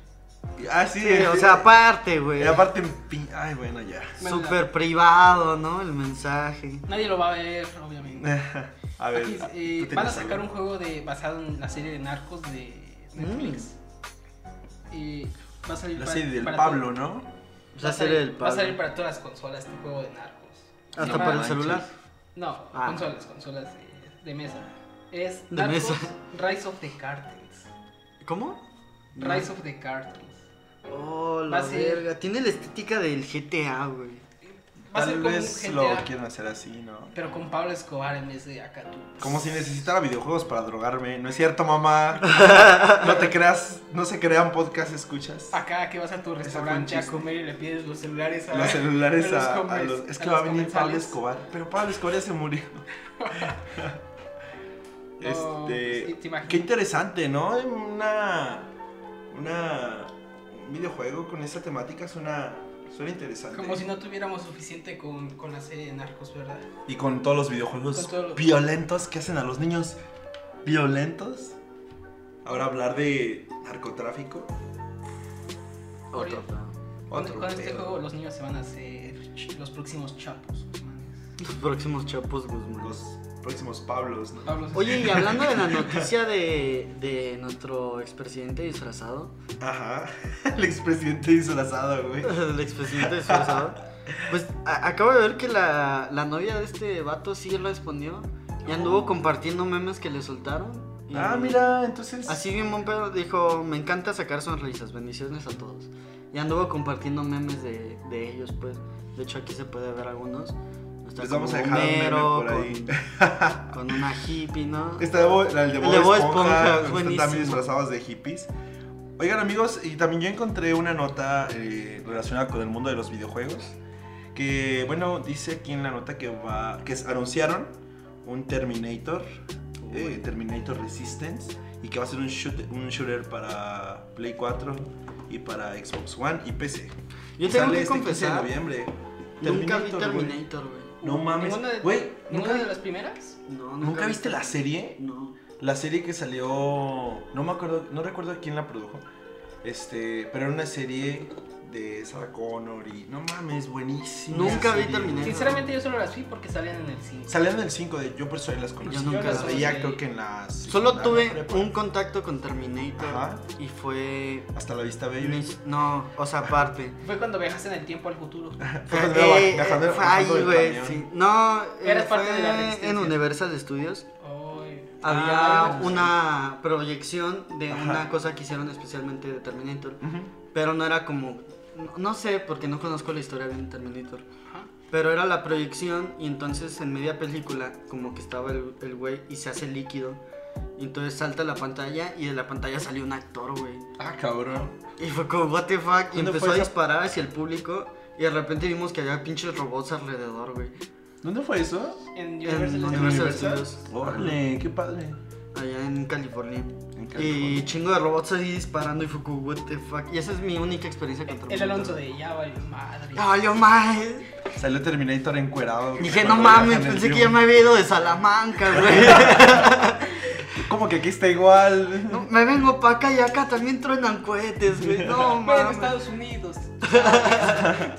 [SPEAKER 1] Ah, sí,
[SPEAKER 3] Sí, o
[SPEAKER 1] sí.
[SPEAKER 3] sea, aparte, güey.
[SPEAKER 1] Y aparte, pin- ay, bueno, ya.
[SPEAKER 3] Súper privado, ¿no? El mensaje.
[SPEAKER 2] Nadie lo va a ver, obviamente.
[SPEAKER 1] Eh, A ver,
[SPEAKER 2] Aquí,
[SPEAKER 1] ¿tú
[SPEAKER 2] eh,
[SPEAKER 1] tenías
[SPEAKER 2] van a sacar
[SPEAKER 1] algo?
[SPEAKER 2] un juego de, basado en la serie de Narcos de Netflix. Y va a salir
[SPEAKER 1] Mm. La
[SPEAKER 2] para-
[SPEAKER 1] serie del
[SPEAKER 2] para
[SPEAKER 1] Pablo,
[SPEAKER 2] todo-
[SPEAKER 1] ¿no?
[SPEAKER 2] va, a
[SPEAKER 3] La serie
[SPEAKER 2] salir-
[SPEAKER 3] del
[SPEAKER 2] va a salir
[SPEAKER 3] Pablo.
[SPEAKER 2] para todas las consolas este juego de Narcos. Se
[SPEAKER 3] Hasta
[SPEAKER 2] llama-
[SPEAKER 3] para el
[SPEAKER 1] manches.
[SPEAKER 3] celular.
[SPEAKER 2] No,
[SPEAKER 3] Ah.
[SPEAKER 2] consolas, consolas de, de mesa. Es
[SPEAKER 3] De
[SPEAKER 2] Narcos
[SPEAKER 3] mesa.
[SPEAKER 2] Rise of the Cartels.
[SPEAKER 3] ¿Cómo?
[SPEAKER 2] Rise of the Cartels.
[SPEAKER 3] Oh,
[SPEAKER 2] Va
[SPEAKER 3] la
[SPEAKER 2] a ser-
[SPEAKER 3] verga. Tiene la estética del GTA, güey.
[SPEAKER 2] Va a
[SPEAKER 1] Tal
[SPEAKER 2] ser como un
[SPEAKER 1] vez lo
[SPEAKER 2] GTA,
[SPEAKER 1] quieran hacer así, ¿no?
[SPEAKER 2] pero con Pablo Escobar en vez de Acatú.
[SPEAKER 1] Como si necesitara videojuegos para drogarme. No es cierto, mamá. No te creas, no se crean podcast escuchas.
[SPEAKER 2] Acá que vas a tu restaurante a
[SPEAKER 1] chiste.
[SPEAKER 2] comer y le pides los celulares a
[SPEAKER 1] Los celulares
[SPEAKER 2] a ¿Eh? los
[SPEAKER 1] a, a
[SPEAKER 2] comes-
[SPEAKER 1] los. Es
[SPEAKER 2] a
[SPEAKER 1] que
[SPEAKER 2] los
[SPEAKER 1] va a venir Pablo
[SPEAKER 2] comensales.
[SPEAKER 1] Escobar. Pero Pablo Escobar ya se murió.
[SPEAKER 2] No, sí,
[SPEAKER 1] este.
[SPEAKER 2] te imaginas.
[SPEAKER 1] Qué interesante, ¿no? Una. Una. Un videojuego con esa temática suena. Suena interesante.
[SPEAKER 2] Como si no tuviéramos suficiente con, con la serie de narcos, ¿verdad?
[SPEAKER 1] Y con todos los videojuegos
[SPEAKER 2] Con todo lo-
[SPEAKER 1] violentos que hacen a los niños violentos. Ahora hablar de narcotráfico.
[SPEAKER 2] Otro. Con,
[SPEAKER 1] Otro
[SPEAKER 2] con este
[SPEAKER 1] pedo.
[SPEAKER 2] juego los niños se van a hacer ch- los próximos chapos. Guzmanes.
[SPEAKER 3] Los próximos chapos Guzmán.
[SPEAKER 1] Los próximos Pablos, ¿no?
[SPEAKER 2] Pablo se-
[SPEAKER 3] Oye, y hablando de la noticia de, de nuestro expresidente disfrazado,
[SPEAKER 1] Ajá. El expresidente disfrazado, güey.
[SPEAKER 3] el expresidente disfrazado, pues a- acabo de ver que la, la novia de este vato sí respondió y anduvo compartiendo memes que le soltaron. y-
[SPEAKER 1] Ah, mira, entonces.
[SPEAKER 3] Así bien buen pedo, dijo, me encanta sacar sonrisas, bendiciones a todos. Y anduvo compartiendo memes de, de ellos, pues. De hecho, aquí se puede ver algunos. Está
[SPEAKER 1] Les vamos a
[SPEAKER 3] como
[SPEAKER 1] dejar un meme
[SPEAKER 3] Homero
[SPEAKER 1] por ahí.
[SPEAKER 3] Con una hippie, ¿no?
[SPEAKER 1] Esta de Bo- la de Bob
[SPEAKER 3] de Bob Esponja,
[SPEAKER 1] Esponja, donde están
[SPEAKER 3] buenísimo.
[SPEAKER 1] también disfrazados de hippies. Oigan amigos, y también yo encontré una nota eh, relacionada con el mundo de los videojuegos, que bueno, dice aquí en la nota que va, que es- anunciaron un Terminator, eh,
[SPEAKER 3] Uy.
[SPEAKER 1] Terminator Resistance, y que va a ser un, shoot- un shooter para Play 4 y para Xbox One y PC.
[SPEAKER 3] Yo
[SPEAKER 1] Y
[SPEAKER 3] tengo
[SPEAKER 1] sale
[SPEAKER 3] que
[SPEAKER 1] este 15
[SPEAKER 3] confesar,
[SPEAKER 1] de noviembre.
[SPEAKER 3] nunca vi
[SPEAKER 1] güey.
[SPEAKER 3] Terminator, güey.
[SPEAKER 1] No mames,
[SPEAKER 2] ¿Ninguna de-
[SPEAKER 1] güey, nunca,
[SPEAKER 2] ¿Ninguna de las primeras?
[SPEAKER 3] No, nunca,
[SPEAKER 1] nunca
[SPEAKER 3] vi
[SPEAKER 1] viste la serie.
[SPEAKER 3] No.
[SPEAKER 1] La serie que salió, no me acuerdo, no recuerdo quién la produjo, este, pero era una serie de Sarah Connor y no mames, buenísima.
[SPEAKER 3] Nunca vi
[SPEAKER 1] serie.
[SPEAKER 3] Terminator.
[SPEAKER 2] Sinceramente yo solo las vi porque salían en el cine.
[SPEAKER 1] Salían del 5 de yo por eso las conocí.
[SPEAKER 3] Yo nunca
[SPEAKER 1] las
[SPEAKER 3] las
[SPEAKER 1] veía,
[SPEAKER 2] vi.
[SPEAKER 1] creo que en las
[SPEAKER 3] Solo tuve
[SPEAKER 1] prepa.
[SPEAKER 3] un contacto con Terminator
[SPEAKER 1] Ajá.
[SPEAKER 3] y fue...
[SPEAKER 1] hasta la vista baby.
[SPEAKER 3] No, o sea, aparte.
[SPEAKER 2] Fue cuando viajas en el tiempo al futuro.
[SPEAKER 1] Fue cuando iba
[SPEAKER 3] Eh,
[SPEAKER 1] bajando-
[SPEAKER 3] eh, fue
[SPEAKER 1] bajando
[SPEAKER 3] ahí,
[SPEAKER 1] del
[SPEAKER 3] güey.
[SPEAKER 1] camión.
[SPEAKER 3] sí. No, eh,
[SPEAKER 2] Eres parte
[SPEAKER 3] fue
[SPEAKER 2] de la
[SPEAKER 3] en
[SPEAKER 2] resistencia.
[SPEAKER 3] Universal Studios.
[SPEAKER 2] Ay.
[SPEAKER 3] Había
[SPEAKER 1] Ah,
[SPEAKER 3] una proyección de
[SPEAKER 1] Ajá.
[SPEAKER 3] una cosa que hicieron especialmente de Terminator.
[SPEAKER 1] Ujú.
[SPEAKER 3] Pero no era como. no- No sé, porque no conozco la historia de Terminator.
[SPEAKER 2] Ajá.
[SPEAKER 3] Pero era la proyección y entonces en media película como que estaba el el güey y se hace líquido. Y entonces salta a la pantalla y de la pantalla salió un actor, güey.
[SPEAKER 1] Ah, cabrón.
[SPEAKER 3] Y fue como, what the fuck. Y
[SPEAKER 1] ¿Dónde
[SPEAKER 3] empezó
[SPEAKER 1] fue
[SPEAKER 3] a
[SPEAKER 1] esa-
[SPEAKER 3] disparar hacia el público. Y de repente vimos que había pinches robots alrededor, güey.
[SPEAKER 1] ¿Dónde fue eso?
[SPEAKER 2] En
[SPEAKER 3] En
[SPEAKER 2] Universal Studios.
[SPEAKER 3] Universal Studios.
[SPEAKER 1] Órale, qué padre.
[SPEAKER 3] Allá en California.
[SPEAKER 1] En
[SPEAKER 3] Y
[SPEAKER 1] California.
[SPEAKER 3] chingo de robots ahí disparando y fue como, what the fuck. Y esa es mi única experiencia con
[SPEAKER 2] El
[SPEAKER 3] Terminator.
[SPEAKER 2] Alonso de ya valió madre.
[SPEAKER 3] ¡Ay, yo más!
[SPEAKER 1] Salió Terminator encuerado.
[SPEAKER 3] Dije, no
[SPEAKER 1] cuando
[SPEAKER 3] mames,
[SPEAKER 1] viaja en el
[SPEAKER 3] pensé que ya
[SPEAKER 1] tiempo.
[SPEAKER 3] me había ido de Salamanca, güey.
[SPEAKER 1] Como que aquí está igual.
[SPEAKER 3] No, me vengo pa' acá y acá también truenan cohetes, güey. No
[SPEAKER 2] Bueno,
[SPEAKER 3] mames.
[SPEAKER 2] Estados Unidos.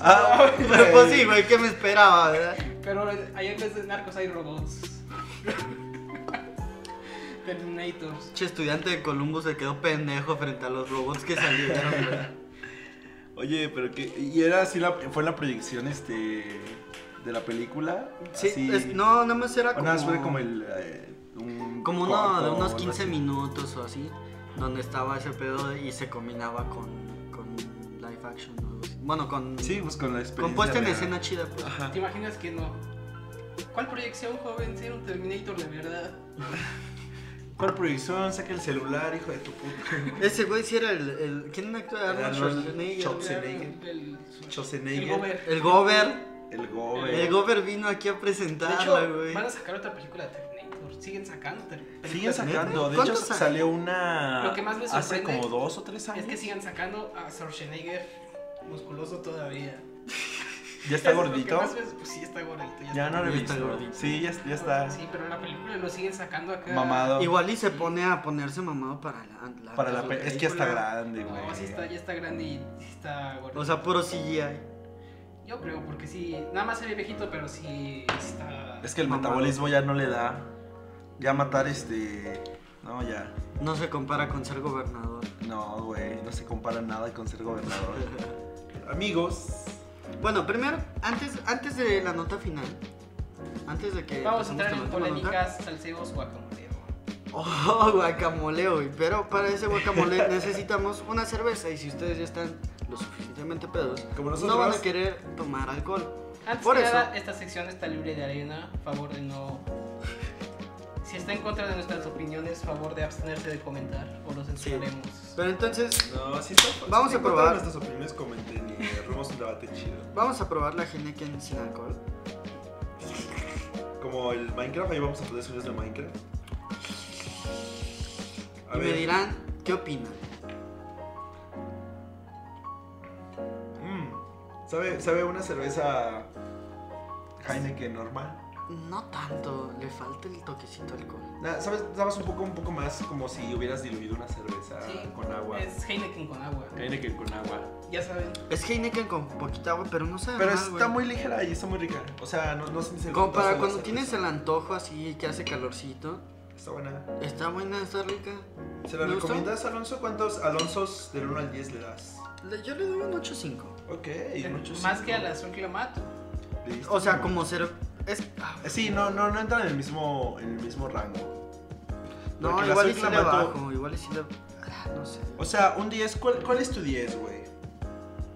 [SPEAKER 1] Ah,
[SPEAKER 3] Pero pues sí, güey, ¿qué me esperaba, verdad?
[SPEAKER 2] Pero ahí en vez de narcos hay robots. Terminators.
[SPEAKER 3] Che, estudiante de Columbus se quedó pendejo frente a los robots que salieron, güey.
[SPEAKER 1] Oye, pero que. ¿Y era así la, fue la proyección este de la película?
[SPEAKER 3] Sí,
[SPEAKER 1] Así-
[SPEAKER 3] es- no, nada más era
[SPEAKER 1] o
[SPEAKER 3] como.
[SPEAKER 1] nada más fue como el. eh, un
[SPEAKER 3] como uno
[SPEAKER 1] corto
[SPEAKER 3] de
[SPEAKER 1] o
[SPEAKER 3] unos
[SPEAKER 1] algo
[SPEAKER 3] 15
[SPEAKER 1] así.
[SPEAKER 3] minutos o así, donde estaba ese pedo y se combinaba con, con live action o algo así. Bueno, con.
[SPEAKER 1] Sí, pues con la
[SPEAKER 3] con
[SPEAKER 1] experiencia.
[SPEAKER 3] puesta en
[SPEAKER 1] real.
[SPEAKER 3] escena chida, pues.
[SPEAKER 1] Ajá.
[SPEAKER 2] ¿Te imaginas que no? ¿Cuál proyección, joven? Ser un Terminator de verdad.
[SPEAKER 1] ¿Cuál proyección? Saca el celular, hijo de tu puta.
[SPEAKER 3] Ese güey sí era el. el ¿Quién actúa?
[SPEAKER 1] Era
[SPEAKER 3] Arnold
[SPEAKER 1] Arnold
[SPEAKER 3] Schwarzenegger.
[SPEAKER 1] Schwarzenegger.
[SPEAKER 2] El, el
[SPEAKER 1] Schwarzenegger.
[SPEAKER 2] Gober.
[SPEAKER 3] El Gober.
[SPEAKER 1] El Gober.
[SPEAKER 3] El Gober vino aquí a
[SPEAKER 2] De
[SPEAKER 3] presentarla,
[SPEAKER 2] hecho,
[SPEAKER 3] güey.
[SPEAKER 2] van a sacar otra película de Terminator. Siguen sacando ter- películas
[SPEAKER 1] Siguen
[SPEAKER 2] de-
[SPEAKER 1] sacando. De hecho,
[SPEAKER 3] ¿Cuántos hay?
[SPEAKER 1] salió una.
[SPEAKER 2] Lo que más me
[SPEAKER 1] Hace
[SPEAKER 2] sorprende
[SPEAKER 1] como dos o tres años.
[SPEAKER 2] Es que sigan sacando a Schwarzenegger musculoso todavía.
[SPEAKER 1] Ya está
[SPEAKER 2] Es lo que
[SPEAKER 1] gordito.
[SPEAKER 2] más ves- Pues sí, está gordito. Ya,
[SPEAKER 1] Ya
[SPEAKER 2] está
[SPEAKER 1] no lo he
[SPEAKER 3] Ya está
[SPEAKER 1] visto.
[SPEAKER 3] gordito.
[SPEAKER 1] Sí, ya, ya está.
[SPEAKER 2] Sí, pero en la película lo siguen sacando acá.
[SPEAKER 1] Mamado.
[SPEAKER 3] Igual y se pone a ponerse mamado para la.
[SPEAKER 1] Para la
[SPEAKER 2] su
[SPEAKER 1] pe- es que ya está
[SPEAKER 2] película.
[SPEAKER 1] grande,
[SPEAKER 2] No,
[SPEAKER 1] güey.
[SPEAKER 2] sí está, ya está grande y sí está gordito.
[SPEAKER 3] O sea, puro CGI.
[SPEAKER 2] Yo creo, porque sí. Nada más se ve viejito, pero sí está.
[SPEAKER 1] Es que el
[SPEAKER 3] Mamado.
[SPEAKER 1] metabolismo ya no le da. Ya matar este. No, ya.
[SPEAKER 3] No se compara con ser gobernador.
[SPEAKER 1] No, güey. No se compara nada con ser gobernador. Amigos.
[SPEAKER 3] Bueno, primero, antes, antes de la nota final, antes de que
[SPEAKER 2] Vamos a
[SPEAKER 3] empecemos
[SPEAKER 2] entrar
[SPEAKER 3] con
[SPEAKER 2] en
[SPEAKER 3] la última nota-
[SPEAKER 2] polémicas, salseos, guacamoleo.
[SPEAKER 3] Oh, guacamole, güey. Pero para ese guacamole necesitamos una cerveza. Y si ustedes ya están lo suficientemente pedos,
[SPEAKER 1] Como
[SPEAKER 3] no van a
[SPEAKER 1] nosotros.
[SPEAKER 3] querer tomar alcohol.
[SPEAKER 2] Antes
[SPEAKER 3] Por
[SPEAKER 2] que
[SPEAKER 3] eso.
[SPEAKER 2] nada, esta sección está libre de arena. Favor de no. Si está en contra de nuestras opiniones, favor de abstenerse de comentar o los censuraremos.
[SPEAKER 3] Pero entonces,
[SPEAKER 1] No, sí está.
[SPEAKER 3] Vamos
[SPEAKER 1] sí
[SPEAKER 3] a
[SPEAKER 1] encuentran
[SPEAKER 3] probar.
[SPEAKER 1] nuestras opiniones, comenten y armamos un debate chido.
[SPEAKER 3] vamos a probar la Heineken sin alcohol.
[SPEAKER 1] Como el Minecraft, ahí vamos a poder sonidos de Minecraft.
[SPEAKER 3] y me dirán, ¿qué opinan?
[SPEAKER 1] mm, ¿sabe, ¿Sabe una cerveza Heineken normal?
[SPEAKER 3] No tanto, le falta el toquecito de alcohol.
[SPEAKER 1] Nah, ¿Sabes? Dabas un poco, un poco más como si hubieras diluido una cerveza
[SPEAKER 2] Sí,
[SPEAKER 1] con agua.
[SPEAKER 2] Es Heineken con agua.
[SPEAKER 1] Heineken con agua.
[SPEAKER 2] Ya saben.
[SPEAKER 3] Es Heineken con poquita agua, pero no sabe
[SPEAKER 1] Pero
[SPEAKER 3] mal,
[SPEAKER 1] está
[SPEAKER 3] güey.
[SPEAKER 1] muy ligera y está muy rica. O sea, no, no sientes el
[SPEAKER 3] Como
[SPEAKER 1] putazo de
[SPEAKER 3] para
[SPEAKER 1] la
[SPEAKER 3] cuando
[SPEAKER 1] cerveza.
[SPEAKER 3] tienes el antojo así que hace calorcito.
[SPEAKER 1] Está buena.
[SPEAKER 3] Está buena, está rica.
[SPEAKER 1] ¿Se la
[SPEAKER 3] ¿Me gustó?
[SPEAKER 1] recomiendas, Alonso? ¿Cuántos Alonsos del 1 al 10 le das?
[SPEAKER 3] Le- Yo le doy un 8.5.
[SPEAKER 1] Ok, muchos.
[SPEAKER 2] eh, Más que a la azul clamato.
[SPEAKER 3] O sea, como cero. Es, ah,
[SPEAKER 1] Eh, Sí, no, no, no entra en el mismo, en el mismo rango.
[SPEAKER 3] no,
[SPEAKER 1] Porque la
[SPEAKER 3] igual y
[SPEAKER 1] azul
[SPEAKER 3] sí le
[SPEAKER 1] clamato-
[SPEAKER 3] bajo. Igual y sí le. ah, No sé.
[SPEAKER 1] O sea, un 10, ¿cuál, cuál es tu 10, güey?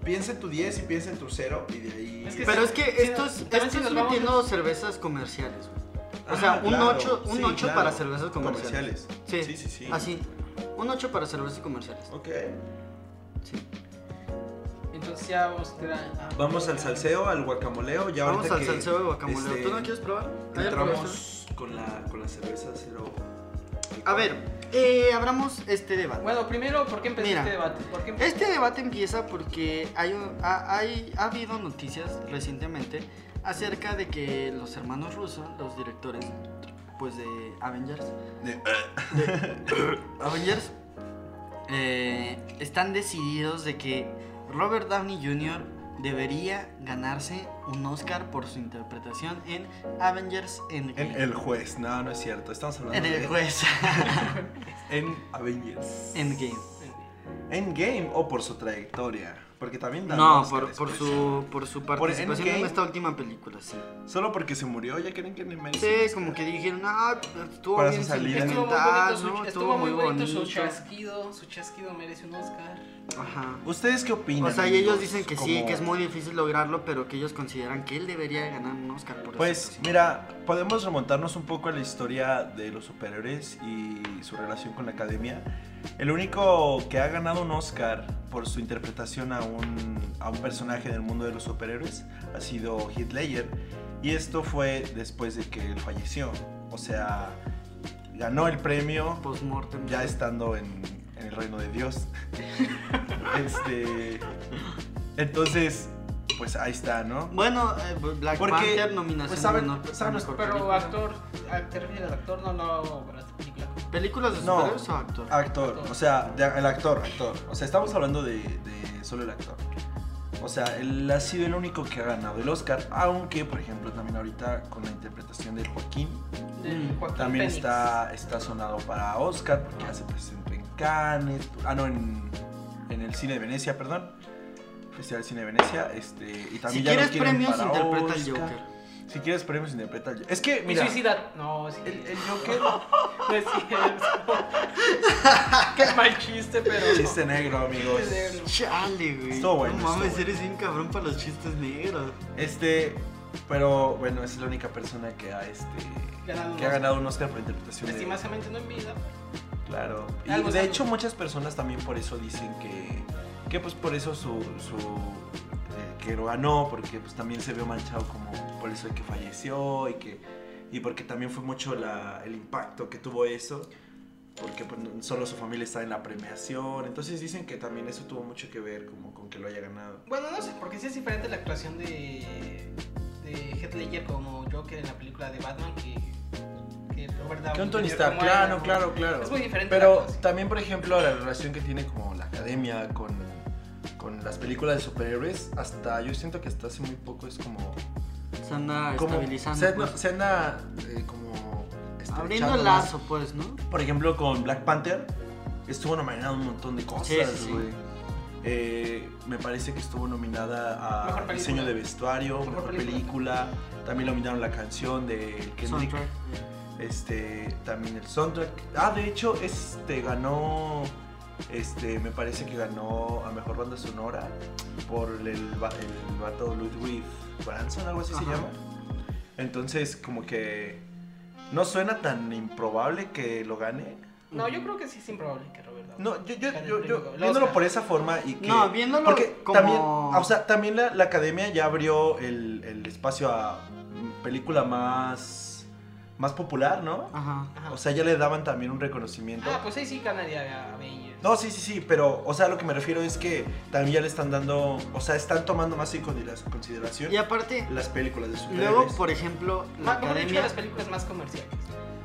[SPEAKER 4] piensa en tu 10 y piensa en tu 0 y de ahí...
[SPEAKER 2] Es que
[SPEAKER 3] Pero
[SPEAKER 2] sí,
[SPEAKER 3] es que
[SPEAKER 2] sí,
[SPEAKER 3] esto es,
[SPEAKER 2] también
[SPEAKER 3] esto
[SPEAKER 2] si
[SPEAKER 3] es
[SPEAKER 2] nos vamos-
[SPEAKER 3] metiendo cervezas comerciales, güey. O
[SPEAKER 1] Ajá,
[SPEAKER 3] sea, un
[SPEAKER 1] Ah, claro,
[SPEAKER 3] 8, un
[SPEAKER 1] sí,
[SPEAKER 3] ocho
[SPEAKER 1] claro,
[SPEAKER 3] para cervezas comerciales. Sí,
[SPEAKER 1] Sí, sí, sí.
[SPEAKER 3] Así. Un 8 para cervezas comerciales.
[SPEAKER 1] Ok.
[SPEAKER 3] Sí.
[SPEAKER 2] Entonces ya vamos a tirar. ah,
[SPEAKER 1] Vamos al salseo, al guacamoleo. Ya
[SPEAKER 3] Vamos
[SPEAKER 1] ahorita
[SPEAKER 3] al
[SPEAKER 1] que,
[SPEAKER 3] salseo de guacamole.
[SPEAKER 1] este,
[SPEAKER 3] ¿Tú no quieres probar? Ah, ya probaste.
[SPEAKER 1] Entramos con la, con la cerveza cero.
[SPEAKER 3] A ver, eh, abramos este debate.
[SPEAKER 2] Bueno, primero, ¿por qué empezó
[SPEAKER 3] Mira.
[SPEAKER 2] este debate? ¿Por qué empe-
[SPEAKER 3] Este debate empieza porque hay, un- ha, hay- ha habido noticias recientemente acerca de que los hermanos rusos, los directores pues de Avengers,
[SPEAKER 1] De- eh.
[SPEAKER 3] Avengers eh, están decididos de que Robert Downey Jr. debería ganarse un Oscar por su interpretación en Avengers
[SPEAKER 1] En
[SPEAKER 3] Endgame.
[SPEAKER 1] el juez, no, no es cierto. Estamos hablando
[SPEAKER 3] En el
[SPEAKER 1] de-
[SPEAKER 3] juez.
[SPEAKER 1] En Avengers.
[SPEAKER 3] Endgame.
[SPEAKER 1] Endgame o por su trayectoria. Porque también dan
[SPEAKER 3] No,
[SPEAKER 1] Oscar
[SPEAKER 3] por, por
[SPEAKER 1] después.
[SPEAKER 3] su, por su
[SPEAKER 1] Por
[SPEAKER 3] participación en
[SPEAKER 1] Endgame.
[SPEAKER 3] esta última película, sí.
[SPEAKER 1] Solo porque se murió, ya creen que ni me
[SPEAKER 3] Sí, como que dijeron, ah, estuvo
[SPEAKER 1] Para su
[SPEAKER 3] bien
[SPEAKER 1] salida.
[SPEAKER 2] Estuvo muy
[SPEAKER 3] sentimental,
[SPEAKER 2] bonito, su-
[SPEAKER 3] ¿no?
[SPEAKER 2] estuvo muy bonito su chasquido, su chasquido merece un Oscar.
[SPEAKER 3] Ajá.
[SPEAKER 1] ¿Ustedes qué opinan?
[SPEAKER 3] O sea, y ellos
[SPEAKER 1] amigos?
[SPEAKER 3] dicen que sí,
[SPEAKER 1] Como-
[SPEAKER 3] que es muy difícil lograrlo, pero que ellos consideran que él debería ganar un Oscar por
[SPEAKER 1] Pues
[SPEAKER 3] eso.
[SPEAKER 1] mira, podemos remontarnos un poco a la historia de los superhéroes y su relación con la academia. El único que ha ganado un Oscar por su interpretación a un, a un personaje del mundo de los superhéroes ha sido Heath Ledger. Y esto fue después de que él falleció. O sea, ganó el premio
[SPEAKER 3] Postmortem.
[SPEAKER 1] ya estando en, en el reino de Dios. este, entonces, pues ahí está, ¿no?
[SPEAKER 3] Bueno, eh, Black
[SPEAKER 1] Porque,
[SPEAKER 3] Panther nominación
[SPEAKER 1] pues, saben-
[SPEAKER 3] a menor-
[SPEAKER 1] saben
[SPEAKER 3] a
[SPEAKER 1] los-
[SPEAKER 3] mejor
[SPEAKER 2] Pero
[SPEAKER 3] película.
[SPEAKER 2] actor, ah, ¿te refieres al actor? No, no, para esta película.
[SPEAKER 3] ¿Películas de
[SPEAKER 1] No.
[SPEAKER 3] superhéroes o actor?
[SPEAKER 1] Actor, o sea, de- el actor, actor. O sea, estamos hablando de, de solo el actor. O sea, él ha sido el único que ha ganado el Oscar, aunque, por ejemplo, también ahorita con la interpretación de Joaquín,
[SPEAKER 2] Del
[SPEAKER 3] Mm,
[SPEAKER 2] Joaquín
[SPEAKER 1] también
[SPEAKER 2] Phoenix.
[SPEAKER 1] está, está sonado para Oscar, porque ya se presentó en Cannes, ah, no, en, en el cine de Venecia, perdón. Festival de Cine de Venecia, este, y también
[SPEAKER 3] Si
[SPEAKER 1] ya lo
[SPEAKER 3] quieres
[SPEAKER 1] quieren
[SPEAKER 3] premios,
[SPEAKER 1] para
[SPEAKER 3] interpreta al
[SPEAKER 1] Oscar.
[SPEAKER 3] Joker.
[SPEAKER 1] Si quieres premios, interpreta al Joker. Es que,
[SPEAKER 2] Y
[SPEAKER 1] mira,
[SPEAKER 2] suicida. No, sí.
[SPEAKER 1] el, el Joker,
[SPEAKER 2] No es cierto. Qué mal chiste, pero.
[SPEAKER 1] chiste negro, amigos.
[SPEAKER 3] Chale, güey.
[SPEAKER 1] Estuvo bueno,
[SPEAKER 3] No mames,
[SPEAKER 1] estuvo
[SPEAKER 3] eres bien cabrón para los chistes negros.
[SPEAKER 1] Este, pero bueno, es la única persona que ha, este,
[SPEAKER 2] Ganado un
[SPEAKER 1] que ha
[SPEAKER 2] Oscar.
[SPEAKER 1] ganado un Oscar por interpretación. de-
[SPEAKER 2] Lastimosamente no en vida.
[SPEAKER 1] Claro. Y
[SPEAKER 2] Algo
[SPEAKER 1] de
[SPEAKER 2] sabe.
[SPEAKER 1] hecho muchas personas también por eso dicen que, que pues por eso su, su eh, que lo ganó, porque pues también se vio manchado como por eso de que falleció y que y porque también fue mucho la- el impacto que tuvo eso. Porque pues, no- solo su familia está en la premiación. Entonces dicen que también eso tuvo mucho que ver como con que lo haya ganado.
[SPEAKER 2] Bueno, no sé, porque sí es diferente la actuación de. de Heath Ledger como Joker en la película de Batman que. que Robert Downey
[SPEAKER 1] Que un Tony
[SPEAKER 2] Jr.
[SPEAKER 1] Stark,
[SPEAKER 2] como Iron
[SPEAKER 1] claro,
[SPEAKER 2] Man.
[SPEAKER 1] claro, claro.
[SPEAKER 2] Es muy diferente. la
[SPEAKER 1] Pero
[SPEAKER 2] actuación.
[SPEAKER 1] también, por ejemplo, la relación que tiene como la academia con, con las películas de superhéroes, hasta yo siento que hasta hace muy poco es como...
[SPEAKER 3] Se anda
[SPEAKER 1] como
[SPEAKER 3] estabilizando.
[SPEAKER 1] se,
[SPEAKER 3] pues.
[SPEAKER 1] anda- se anda eh, como... estrechando
[SPEAKER 3] Abriendo el
[SPEAKER 1] más.
[SPEAKER 3] lazo, pues, ¿no?
[SPEAKER 1] Por ejemplo, con Black Panther estuvo nominada un montón de cosas,
[SPEAKER 3] Sí, sí, sí.
[SPEAKER 1] güey. Eh, me parece que estuvo nominada a
[SPEAKER 2] Mejor película.
[SPEAKER 1] diseño de vestuario,
[SPEAKER 2] Mejor
[SPEAKER 1] mejor, película. También nominaron la canción de Kendrick.
[SPEAKER 3] Soundtrack.
[SPEAKER 1] Este, también el soundtrack. Ah, de hecho, este ganó. Este, me parece que ganó a mejor banda sonora por el, va- el vato Ludwig Branson, algo así se
[SPEAKER 3] Ajá.
[SPEAKER 1] llama. Entonces, como que no suena tan improbable que lo gane.
[SPEAKER 2] No, yo creo que sí es improbable que Robert Downey.
[SPEAKER 1] No, yo, yo,
[SPEAKER 2] Gane el
[SPEAKER 1] yo, yo-
[SPEAKER 2] premio, el
[SPEAKER 1] viéndolo
[SPEAKER 2] Oscar.
[SPEAKER 1] por esa forma y que.
[SPEAKER 3] No, viéndolo
[SPEAKER 1] Porque
[SPEAKER 3] como-
[SPEAKER 1] también, o sea, también la, la academia ya abrió el, el espacio a mm, película más, más popular, ¿no?
[SPEAKER 3] Ajá.
[SPEAKER 2] Ajá.
[SPEAKER 1] O sea, ya le daban también un reconocimiento.
[SPEAKER 2] Ah, pues ahí sí ganaría a
[SPEAKER 3] pues.
[SPEAKER 2] Avengers.
[SPEAKER 1] No, sí, sí, sí, pero, o sea, lo que me refiero es que también ya le están dando, o sea, están tomando más en considera- consideración
[SPEAKER 3] Y aparte,
[SPEAKER 1] las películas de superhéroes.
[SPEAKER 3] luego, por ejemplo, la
[SPEAKER 2] Más, como dicho,
[SPEAKER 3] academia,
[SPEAKER 2] las películas más comerciales.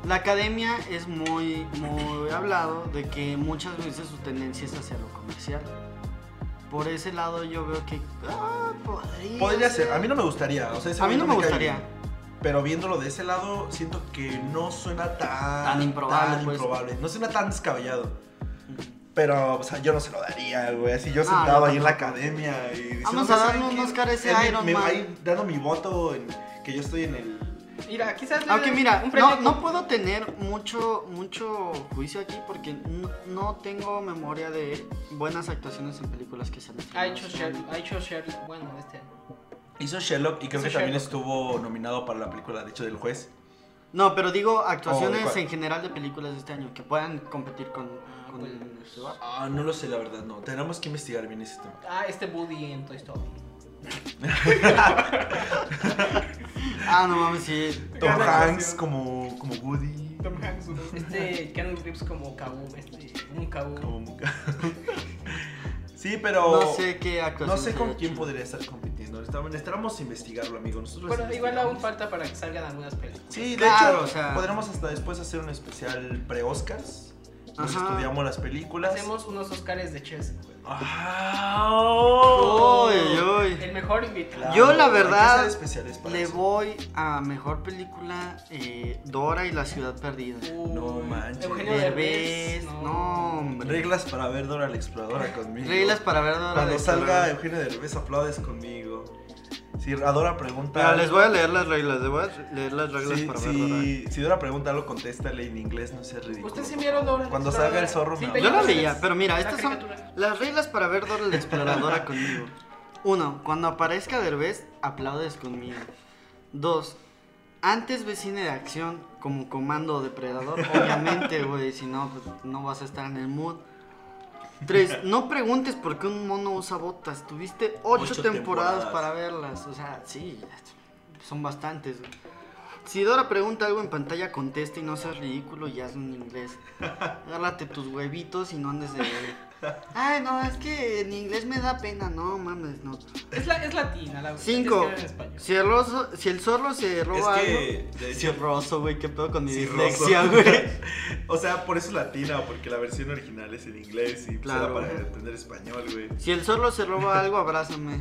[SPEAKER 3] la academia es muy, muy hablado de que muchas veces su tendencia es hacia lo comercial. Por ese lado yo veo que ah, podría,
[SPEAKER 1] Podría ser, a mí no me gustaría, o sea, ese
[SPEAKER 3] A mí
[SPEAKER 1] güey
[SPEAKER 3] no me
[SPEAKER 1] cae
[SPEAKER 3] gustaría.
[SPEAKER 1] bien, pero viéndolo de ese lado, siento que no suena tan...
[SPEAKER 3] Tan improbable,
[SPEAKER 1] tan
[SPEAKER 3] pues.
[SPEAKER 1] improbable, no suena tan descabellado. Pero, o sea, yo no se lo daría, güey, así yo
[SPEAKER 3] No,
[SPEAKER 1] sentado
[SPEAKER 3] Ah, no,
[SPEAKER 1] ahí en la
[SPEAKER 3] tampoco.
[SPEAKER 1] academia y...
[SPEAKER 3] Vamos
[SPEAKER 1] diciendo,
[SPEAKER 3] a darle
[SPEAKER 1] "¿Saben
[SPEAKER 3] un
[SPEAKER 1] qué?
[SPEAKER 3] Oscar a ese
[SPEAKER 1] Él me-
[SPEAKER 3] Iron
[SPEAKER 1] me,
[SPEAKER 3] Man".
[SPEAKER 1] ahí dando mi voto, en- que yo estoy en el...
[SPEAKER 2] Mira, quizás. le
[SPEAKER 3] Aunque
[SPEAKER 2] den
[SPEAKER 3] mira,
[SPEAKER 2] un
[SPEAKER 3] no,
[SPEAKER 2] proyecto.
[SPEAKER 3] no puedo tener mucho, mucho juicio aquí porque n- no tengo memoria de buenas actuaciones en películas que se han
[SPEAKER 2] Ha
[SPEAKER 3] estrenado.
[SPEAKER 2] hecho Sherlock. Ha hecho Sherlock. Bueno, este año.
[SPEAKER 1] Hizo Sherlock y creo
[SPEAKER 2] Hizo
[SPEAKER 1] que también
[SPEAKER 2] Sherlock.
[SPEAKER 1] estuvo nominado para la película, de hecho, del juez.
[SPEAKER 3] No, pero digo
[SPEAKER 1] Oh, ¿de
[SPEAKER 3] actuaciones
[SPEAKER 1] cuál?
[SPEAKER 3] en general de películas de este año que puedan competir con, con
[SPEAKER 2] pues.
[SPEAKER 3] el- este va.
[SPEAKER 1] Ah, no lo sé, la verdad, no. Tenemos que investigar bien ese tema.
[SPEAKER 2] Ah, este Woody en Toy Story.
[SPEAKER 3] Ah, no mames, sí.
[SPEAKER 1] Tom
[SPEAKER 2] Gran
[SPEAKER 1] Hanks
[SPEAKER 2] actuación.
[SPEAKER 1] como, como Woody.
[SPEAKER 4] Tom Hanks. ¿no?
[SPEAKER 2] Este Keanu Reeves como Kabu. Este, un Kabu.
[SPEAKER 1] Como... sí, pero.
[SPEAKER 3] No sé qué
[SPEAKER 1] No
[SPEAKER 3] actuaciones.
[SPEAKER 1] sé con
[SPEAKER 3] haya
[SPEAKER 1] quién
[SPEAKER 3] hecho.
[SPEAKER 1] podría estar compitiendo. Estamos- Necesitamos investigarlo, amigo. Nosotros
[SPEAKER 2] Bueno, igual aún
[SPEAKER 1] investigamos.
[SPEAKER 2] falta para que salgan algunas películas.
[SPEAKER 1] Sí, de
[SPEAKER 3] Claro,
[SPEAKER 1] hecho,
[SPEAKER 3] o sea-
[SPEAKER 1] podremos hasta después hacer un especial pre-Oscars. Nos
[SPEAKER 3] Ajá.
[SPEAKER 1] estudiamos las películas.
[SPEAKER 2] Hacemos unos Oscars de Chess.
[SPEAKER 1] Ah,
[SPEAKER 3] Uy, uy.
[SPEAKER 2] El mejor invitado.
[SPEAKER 3] Yo, la
[SPEAKER 1] hay que
[SPEAKER 3] verdad,
[SPEAKER 1] hacer especiales para
[SPEAKER 3] Le
[SPEAKER 1] eso.
[SPEAKER 3] voy a mejor película eh, Dora y la ciudad perdida.
[SPEAKER 2] Uy,
[SPEAKER 1] No manches.
[SPEAKER 2] Eugenio Derbez.
[SPEAKER 3] Derbez, no, hombre.
[SPEAKER 1] Reglas para ver Dora la Exploradora conmigo.
[SPEAKER 3] Reglas para ver Dora
[SPEAKER 1] Cuando
[SPEAKER 3] de este
[SPEAKER 1] salga
[SPEAKER 3] Explorador.
[SPEAKER 1] Eugenio Derbez, aplaudes conmigo. Si Dora pregunta.
[SPEAKER 3] Pero
[SPEAKER 1] algo-
[SPEAKER 3] les voy a leer las reglas, les voy a leer las reglas
[SPEAKER 1] si,
[SPEAKER 3] para ver Dora.
[SPEAKER 1] si, si Dora pregunta algo, contéstale en inglés, no seas ridículo.
[SPEAKER 2] Ustedes sí vieron Dora la
[SPEAKER 1] Cuando
[SPEAKER 2] Exploradora?
[SPEAKER 1] salga el zorro,
[SPEAKER 2] Sí,
[SPEAKER 1] me
[SPEAKER 3] Yo la
[SPEAKER 2] películas.
[SPEAKER 3] leía, pero mira,
[SPEAKER 2] La
[SPEAKER 3] estas son
[SPEAKER 2] caricatura.
[SPEAKER 3] las reglas para ver Dora la exploradora conmigo. Uno, Cuando aparezca Derbez, aplaudes conmigo. Dos, Antes ve cine de acción como comando o depredador. Obviamente, güey, si no, pues, no vas a estar en el mood. Tres, No preguntes por qué un mono usa botas. Tuviste ocho,
[SPEAKER 1] Ocho
[SPEAKER 3] temporadas,
[SPEAKER 1] temporadas.
[SPEAKER 3] para verlas. O sea, sí, son bastantes. güey. Si Dora pregunta algo en pantalla, contesta y no seas ridículo y hazlo en inglés. Agárrate tus huevitos y no andes de. Ay, no, es que en inglés me da pena, no mames, no.
[SPEAKER 2] Es, la, es latina, la
[SPEAKER 3] Cinco.
[SPEAKER 2] es que era en español.
[SPEAKER 3] Si el, roso- si el zorro se
[SPEAKER 1] Es
[SPEAKER 3] roba
[SPEAKER 1] que.
[SPEAKER 3] algo. Si el roso, güey, qué pedo con mi
[SPEAKER 1] Sí,
[SPEAKER 3] dislexia,
[SPEAKER 1] roso.
[SPEAKER 3] güey.
[SPEAKER 1] O sea, por eso es latina, porque la versión original es en inglés y
[SPEAKER 3] Claro.
[SPEAKER 1] será para aprender español, güey.
[SPEAKER 3] Si el zorro se roba algo, abrázame.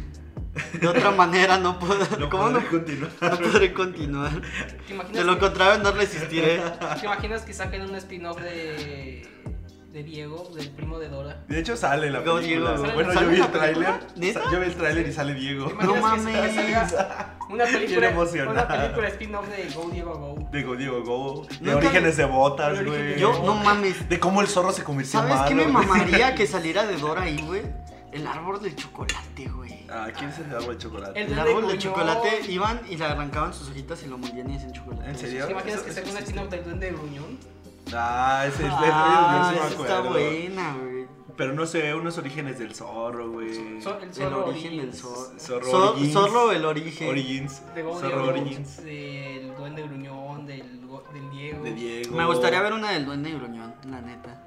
[SPEAKER 3] De otra manera no puedo.
[SPEAKER 1] No
[SPEAKER 3] ¿Cómo no,
[SPEAKER 1] podré continuar.
[SPEAKER 3] no podré continuar?
[SPEAKER 2] ¿Te imaginas,
[SPEAKER 3] De lo
[SPEAKER 2] que,
[SPEAKER 3] contrario, no resistiré.
[SPEAKER 2] ¿Te imaginas que saquen un spin-off de, de Diego, del primo de Dora?
[SPEAKER 1] De hecho, sale la
[SPEAKER 3] Diego,
[SPEAKER 1] película.
[SPEAKER 3] Diego.
[SPEAKER 1] Bueno,
[SPEAKER 3] ¿Sale
[SPEAKER 1] yo vi
[SPEAKER 3] la
[SPEAKER 1] el tráiler.
[SPEAKER 3] película? ¿Neta?
[SPEAKER 1] Sa- Yo vi el tráiler y sale Diego.
[SPEAKER 2] ¿Te imaginas
[SPEAKER 3] No
[SPEAKER 2] que sa-
[SPEAKER 3] mames.
[SPEAKER 2] salga Una
[SPEAKER 1] Bien
[SPEAKER 2] película,
[SPEAKER 1] emocionado.
[SPEAKER 2] una película spin-off de Go Diego Go.
[SPEAKER 1] Diego, Diego, go. De
[SPEAKER 3] Nunca-
[SPEAKER 1] orígenes de botas,
[SPEAKER 2] De orígenes
[SPEAKER 1] güey.
[SPEAKER 2] de
[SPEAKER 3] Yo, no mames.
[SPEAKER 1] De cómo el zorro se convirtió en
[SPEAKER 3] ¿Sabes
[SPEAKER 1] malo.
[SPEAKER 3] qué me
[SPEAKER 1] güey.
[SPEAKER 3] mamaría que saliera de Dora ahí, güey? El árbol del chocolate, güey.
[SPEAKER 1] Ah, ¿quién es el árbol de chocolate?
[SPEAKER 2] El-
[SPEAKER 3] El árbol del chocolate iban y le arrancaban sus hojitas y lo mordían y hacían chocolate.
[SPEAKER 1] ¿En serio?
[SPEAKER 2] ¿Te imaginas
[SPEAKER 1] Eso-
[SPEAKER 2] que
[SPEAKER 1] eso
[SPEAKER 2] salga un
[SPEAKER 1] existe.
[SPEAKER 2] spin-off del Duende Gruñón?
[SPEAKER 1] Ah, ese es el yo
[SPEAKER 3] Ah,
[SPEAKER 1] sí me
[SPEAKER 3] esa está
[SPEAKER 1] acuerdo.
[SPEAKER 3] buena, güey.
[SPEAKER 1] Pero no sé, unos orígenes del zorro, güey.
[SPEAKER 2] So- el
[SPEAKER 3] El
[SPEAKER 2] zorro
[SPEAKER 3] origen del
[SPEAKER 2] Origins.
[SPEAKER 3] zorro.
[SPEAKER 1] Zorro
[SPEAKER 3] Zor-
[SPEAKER 1] Origins.
[SPEAKER 3] Zorro el origen.
[SPEAKER 1] Origins.
[SPEAKER 2] De Go
[SPEAKER 1] Zorro
[SPEAKER 2] Diego Go,
[SPEAKER 1] Origins.
[SPEAKER 2] Del Duende Gruñón, del, Go- del Diego.
[SPEAKER 1] De Diego.
[SPEAKER 3] Me gustaría ver una del duende y gruñón, la neta.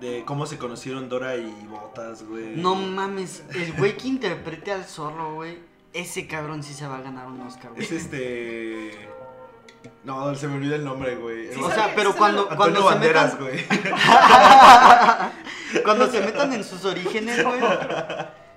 [SPEAKER 1] De cómo se conocieron Dora y Botas, güey.
[SPEAKER 3] No mames, el güey que interprete al zorro, güey. Ese cabrón sí se va a ganar un Oscar, güey.
[SPEAKER 1] Es este. No, se me olvida el nombre, güey.
[SPEAKER 2] Sí,
[SPEAKER 3] O
[SPEAKER 2] sale-
[SPEAKER 3] sea, pero
[SPEAKER 2] sale-
[SPEAKER 3] cuando,
[SPEAKER 1] Antonio
[SPEAKER 3] cuando se
[SPEAKER 1] Banderas,
[SPEAKER 3] metan,
[SPEAKER 1] güey.
[SPEAKER 3] cuando se metan en sus orígenes, güey.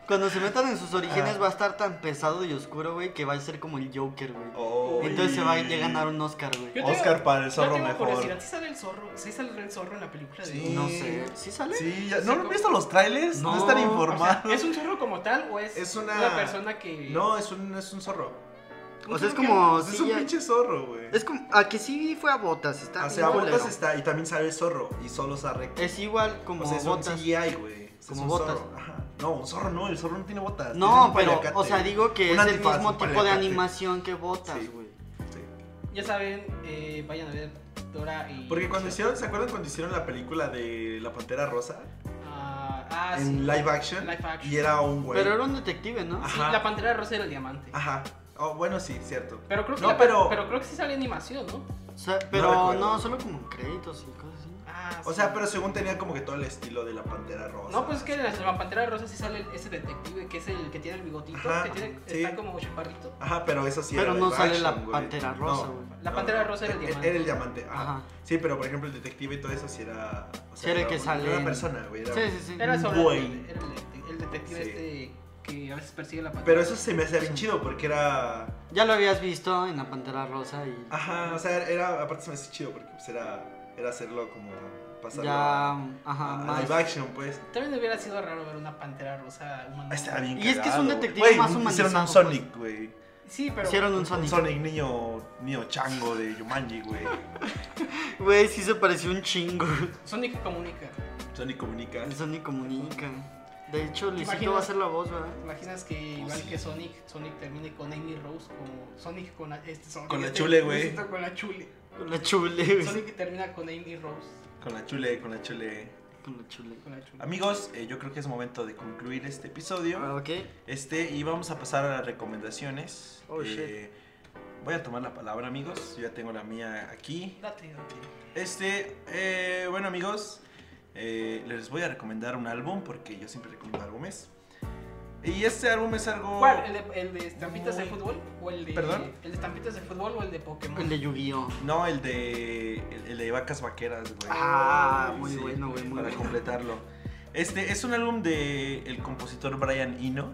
[SPEAKER 3] Cuando se metan en sus
[SPEAKER 1] Ah.
[SPEAKER 3] orígenes va a estar tan pesado y oscuro, güey, que va a ser como el Joker, güey.
[SPEAKER 1] Oy.
[SPEAKER 3] Entonces se va a ir a ganar un Oscar, güey.
[SPEAKER 2] Yo
[SPEAKER 1] Oh, Oscar para el
[SPEAKER 2] Yo
[SPEAKER 1] zorro
[SPEAKER 2] tengo curiosidad,
[SPEAKER 1] mejor.
[SPEAKER 2] ¿sí sale el zorro? ¿Sí sale el zorro en la película de
[SPEAKER 1] Sí.
[SPEAKER 2] Go?
[SPEAKER 3] No sé, ¿sí sale?
[SPEAKER 1] Sí, ya- ¿no han visto los trailers? No,
[SPEAKER 3] No,
[SPEAKER 1] están
[SPEAKER 2] O sea,
[SPEAKER 1] informados.
[SPEAKER 2] ¿Es un zorro como tal o es,
[SPEAKER 1] Es una-
[SPEAKER 2] persona que.?
[SPEAKER 1] No, es un, es un zorro.
[SPEAKER 2] un
[SPEAKER 3] O sea, es
[SPEAKER 2] zorro que-
[SPEAKER 3] como...
[SPEAKER 1] Pues es
[SPEAKER 3] sí,
[SPEAKER 1] un
[SPEAKER 3] ya-
[SPEAKER 1] pinche zorro, güey.
[SPEAKER 3] es como... A que sí fue a botas, está
[SPEAKER 1] O sea,
[SPEAKER 3] bien
[SPEAKER 1] Ah, Botas
[SPEAKER 3] culero.
[SPEAKER 1] está y también sale el zorro y solo está recto.
[SPEAKER 3] Es igual como
[SPEAKER 1] o sea, es
[SPEAKER 3] botas.
[SPEAKER 1] un CGI, güey. O sea, es
[SPEAKER 3] Como
[SPEAKER 1] un
[SPEAKER 3] botas.
[SPEAKER 1] zorro. Ajá. No, un zorro no, el zorro no tiene botas. es
[SPEAKER 3] No,
[SPEAKER 1] un
[SPEAKER 3] pero,
[SPEAKER 1] paliacate.
[SPEAKER 3] o sea, digo que
[SPEAKER 1] Un
[SPEAKER 3] es el
[SPEAKER 1] antifaz,
[SPEAKER 3] mismo
[SPEAKER 1] un
[SPEAKER 3] tipo de
[SPEAKER 1] paliacate.
[SPEAKER 3] animación que botas,
[SPEAKER 1] Sí.
[SPEAKER 3] güey.
[SPEAKER 1] Sí.
[SPEAKER 2] Ya saben, eh, vayan a ver Dora y.
[SPEAKER 1] Porque cuando hicieron, ¿se acuerdan cuando hicieron la película de La Pantera Rosa?
[SPEAKER 2] Ah, ah, sí.
[SPEAKER 1] en live action,
[SPEAKER 2] Live action.
[SPEAKER 1] Y era un güey.
[SPEAKER 3] Pero era un detective, ¿no?
[SPEAKER 1] Ah.
[SPEAKER 2] Sí,
[SPEAKER 1] Ajá.
[SPEAKER 2] la pantera rosa era el diamante.
[SPEAKER 1] Ajá. Oh, bueno, sí, cierto.
[SPEAKER 2] Pero creo que
[SPEAKER 1] No,
[SPEAKER 2] la-
[SPEAKER 1] pero-
[SPEAKER 2] pero creo que sí sale animación, ¿no?
[SPEAKER 3] O sea, pero
[SPEAKER 1] recuerdo.
[SPEAKER 3] no, solo como créditos y cosas así.
[SPEAKER 2] Ah,
[SPEAKER 1] O
[SPEAKER 2] sí.
[SPEAKER 1] sea, pero según tenía como que todo el estilo de La Pantera Rosa.
[SPEAKER 2] No, pues es que en la, en la pantera rosa sí sale ese detective que es el que tiene el bigotito,
[SPEAKER 1] Ajá,
[SPEAKER 2] que tiene,
[SPEAKER 1] sí.
[SPEAKER 2] está como chaparrito.
[SPEAKER 1] Ajá, pero eso sí
[SPEAKER 3] Pero
[SPEAKER 1] era
[SPEAKER 3] no
[SPEAKER 1] live
[SPEAKER 3] sale la
[SPEAKER 1] action, güey.
[SPEAKER 3] Pantera Rosa, güey.
[SPEAKER 2] La Pantera Rosa era el
[SPEAKER 1] e- e-
[SPEAKER 2] diamante.
[SPEAKER 1] Era el diamante, ajá.
[SPEAKER 3] Ajá.
[SPEAKER 1] Sí, pero por ejemplo el detective y todo eso sí era... O
[SPEAKER 3] Sí, era el que
[SPEAKER 1] un-
[SPEAKER 3] sale
[SPEAKER 1] Era
[SPEAKER 3] en-
[SPEAKER 1] una persona, güey. era-
[SPEAKER 3] Sí, sí, sí.
[SPEAKER 2] Era sobre
[SPEAKER 1] Güey.
[SPEAKER 2] el, era el detec- el detective
[SPEAKER 1] Sí.
[SPEAKER 2] este que a veces persigue la pantera.
[SPEAKER 1] Pero eso se me hacía bien chido porque era...
[SPEAKER 3] Ya lo habías visto en la Pantera Rosa y
[SPEAKER 1] Ajá, o sea, era... Aparte se me hacía chido porque pues era, era hacerlo como... Pasarlo
[SPEAKER 3] ya,
[SPEAKER 1] a,
[SPEAKER 3] ajá,
[SPEAKER 1] a
[SPEAKER 3] más.
[SPEAKER 1] live action, pues. Ah,
[SPEAKER 2] También hubiera sido raro ver una pantera rosa humana.
[SPEAKER 1] Estaba bien
[SPEAKER 3] Y es que es un
[SPEAKER 1] cagado, güey.
[SPEAKER 3] detective
[SPEAKER 1] Güey,
[SPEAKER 3] más
[SPEAKER 1] Hicieron un
[SPEAKER 3] humanizado,
[SPEAKER 1] Sonic, güey.
[SPEAKER 2] Sí, pero.
[SPEAKER 3] Hicieron un
[SPEAKER 1] Un
[SPEAKER 3] Sonic.
[SPEAKER 1] Sonic niño, niño chango de Yumanji, güey.
[SPEAKER 3] Güey, sí se pareció un chingo.
[SPEAKER 2] Sonic comunica.
[SPEAKER 1] Sonic comunica.
[SPEAKER 3] El Sonic comunica. De hecho, Luisito
[SPEAKER 2] Imagina-
[SPEAKER 3] va a hacer la voz, ¿verdad?
[SPEAKER 2] ¿Te imaginas que igual que Sonic, Sonic termine con Amy Rose, como Sonic con la, este Sonic.
[SPEAKER 1] Con la
[SPEAKER 2] este
[SPEAKER 1] chule, güey.
[SPEAKER 2] Luisito Con la chule.
[SPEAKER 3] Con la chule, güey.
[SPEAKER 2] Sonic termina con Amy Rose.
[SPEAKER 1] Con la chule, con la chule.
[SPEAKER 3] Con la chule.
[SPEAKER 2] Con la chule.
[SPEAKER 1] Amigos, eh, yo creo que es momento de concluir este episodio.
[SPEAKER 3] Ah, ok.
[SPEAKER 1] Este, y vamos a pasar a las recomendaciones. Eh,
[SPEAKER 3] Oh,
[SPEAKER 1] voy a tomar la palabra, amigos. Yo ya tengo la mía aquí.
[SPEAKER 2] Date, date.
[SPEAKER 1] Este, eh, bueno amigos, eh, les voy a recomendar un álbum porque yo siempre recomiendo álbumes. Y este álbum es algo...
[SPEAKER 2] ¿Cuál? ¿El de, el de estampitas de
[SPEAKER 1] Muy-
[SPEAKER 2] fútbol? ¿O el de.
[SPEAKER 1] ¿Perdón?
[SPEAKER 2] ¿El de estampitas de fútbol o el de Pokémon?
[SPEAKER 3] El de Yu-Gi-Oh.
[SPEAKER 1] No, el de, el, el de Vacas Vaqueras, güey.
[SPEAKER 3] Ah, muy
[SPEAKER 1] Sí,
[SPEAKER 3] bueno, güey, muy
[SPEAKER 1] Para
[SPEAKER 3] bueno.
[SPEAKER 1] completarlo. Este es un álbum de el compositor Brian Eno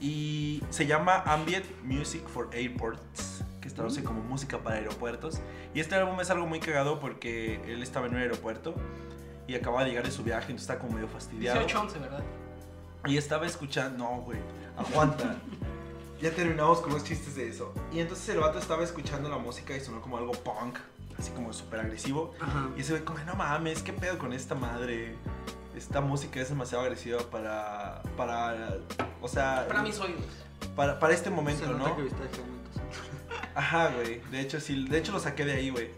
[SPEAKER 1] y se llama Ambient Music for Airports, que se traduce
[SPEAKER 3] Mm.
[SPEAKER 1] como música para aeropuertos. Y este álbum es algo muy cagado porque él estaba en un aeropuerto y acaba de llegar de su viaje, entonces está como medio fastidiado.
[SPEAKER 2] 18-11, ¿verdad?
[SPEAKER 1] Y estaba escuchando. No, güey. Aguanta.
[SPEAKER 4] Ya terminamos con los chistes de eso.
[SPEAKER 1] y entonces el vato estaba escuchando la música y sonó como algo punk, así como súper agresivo.
[SPEAKER 3] Ajá.
[SPEAKER 1] Y ese güey como, no mames, qué pedo con esta madre. Esta música es demasiado agresiva para. para. O sea.
[SPEAKER 2] Para mis oídos.
[SPEAKER 1] para, para este
[SPEAKER 3] Se
[SPEAKER 1] momento,
[SPEAKER 3] nota
[SPEAKER 1] ¿no?
[SPEAKER 3] que viste el momento, sí.
[SPEAKER 1] Ajá, güey. De hecho, sí, de hecho lo saqué de ahí, güey.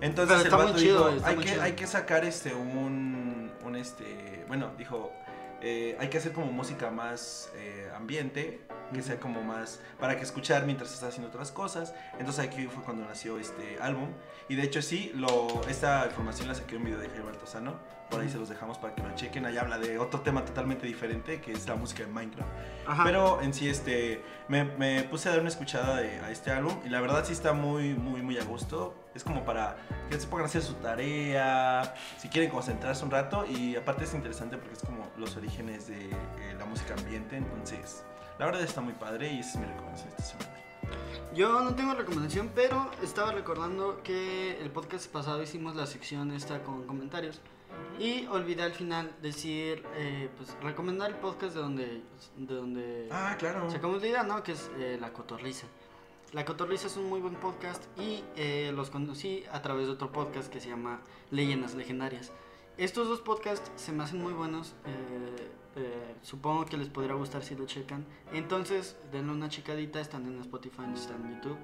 [SPEAKER 1] Entonces
[SPEAKER 3] Pero está
[SPEAKER 1] el
[SPEAKER 3] muy
[SPEAKER 1] vato
[SPEAKER 3] chido,
[SPEAKER 1] dijo,
[SPEAKER 3] güey, está
[SPEAKER 1] hay
[SPEAKER 3] muy
[SPEAKER 1] que,
[SPEAKER 3] chido".
[SPEAKER 1] hay que sacar este un. un este. Bueno, dijo. eh, hay que hacer como música más eh, ambiente, que sea como más para que escuchar mientras estás haciendo otras cosas. Entonces aquí fue cuando nació este álbum. Y de hecho sí, lo, esta información la saqué de un video de Jaime Altozano. Por ahí se los dejamos para que lo chequen. Ahí habla de otro tema totalmente diferente, que es la música de Minecraft.
[SPEAKER 3] Ajá.
[SPEAKER 1] Pero en sí, este, me, me puse a dar una escuchada de- a este álbum y la verdad sí está muy, muy, muy a gusto. Es como para que se pongan a hacer su tarea, si quieren concentrarse un rato y aparte es interesante porque es como los orígenes de eh, la música ambiente. Entonces, la verdad está muy padre y esa es mi recomendación esta semana.
[SPEAKER 3] Yo no tengo recomendación, pero estaba recordando que el podcast pasado hicimos la sección esta con comentarios. Y olvidé al final decir, eh, pues recomendar el podcast de donde, de donde
[SPEAKER 1] Ah, claro.
[SPEAKER 3] sacamos la idea, ¿no? Que es eh, La Cotorriza. La Cotorriza es un muy buen podcast y eh, los conocí a través de otro podcast que se llama Leyendas Legendarias. Estos dos podcasts se me hacen muy buenos. eh, eh, supongo que les podrá gustar si lo checan. Entonces, denle una checadita. Están en Spotify, están en YouTube.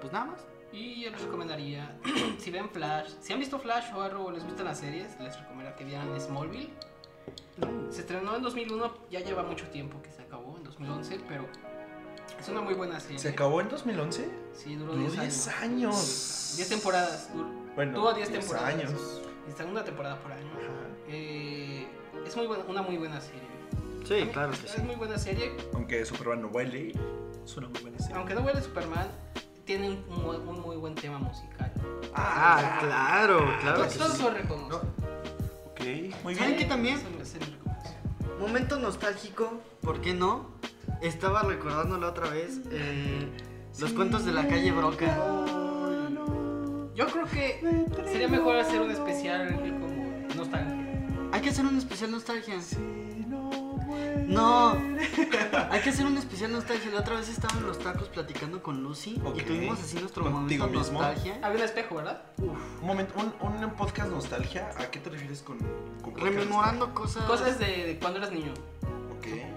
[SPEAKER 3] Pues nada más.
[SPEAKER 2] Y yo les recomendaría, si ven Flash, si han visto Flash o Arrow o les gustan las series, les recomendaría que vieran Smallville. Se estrenó en 2001, ya lleva mucho tiempo que se acabó, en 2011, pero es una muy buena serie.
[SPEAKER 1] ¿Se acabó en 2011?
[SPEAKER 2] Sí, duró
[SPEAKER 1] Duró
[SPEAKER 2] 10
[SPEAKER 1] 10
[SPEAKER 2] años.
[SPEAKER 1] años.
[SPEAKER 2] 10 temporadas, duró.
[SPEAKER 1] Bueno,
[SPEAKER 2] Tuvo 10
[SPEAKER 1] 10
[SPEAKER 2] temporadas.
[SPEAKER 1] años.
[SPEAKER 2] Y segunda temporada por año.
[SPEAKER 1] Ajá.
[SPEAKER 2] Eh, es muy buena, una muy buena serie.
[SPEAKER 3] Sí,
[SPEAKER 2] A mí-
[SPEAKER 3] claro que
[SPEAKER 2] es
[SPEAKER 3] sí.
[SPEAKER 2] muy buena serie,
[SPEAKER 1] Aunque Superman no huele, es una muy buena serie.
[SPEAKER 2] aunque no huele Superman, tiene un, mu- un muy buen tema musical.
[SPEAKER 3] Ah, claro, claro que
[SPEAKER 2] Todos
[SPEAKER 3] sí.
[SPEAKER 2] lo reconozco.
[SPEAKER 1] No, Ok, muy
[SPEAKER 3] ¿Saben
[SPEAKER 1] bien.
[SPEAKER 3] qué también?
[SPEAKER 2] Eso me- se me reconoce.
[SPEAKER 3] Momento nostálgico, ¿por qué no? Estaba recordándolo otra vez. eh, los cuentos de la calle Broca.
[SPEAKER 2] Yo creo que sería mejor hacer un especial como nostalgia.
[SPEAKER 3] Hay que hacer un especial nostalgia. No, hay que hacer un especial nostalgia. La otra vez estaba en los tacos platicando con Lucy
[SPEAKER 1] Ok.
[SPEAKER 3] y tuvimos así nuestro
[SPEAKER 1] ¿Contigo
[SPEAKER 3] momento
[SPEAKER 1] mismo?
[SPEAKER 3] nostalgia.
[SPEAKER 2] Había Ah, un espejo, ¿verdad?
[SPEAKER 1] Un momento, un, un podcast nostalgia, ¿a qué te refieres con, con podcast
[SPEAKER 3] Rememorando cosas.
[SPEAKER 2] Cosas de, de cuando eras niño.
[SPEAKER 1] nostalgia?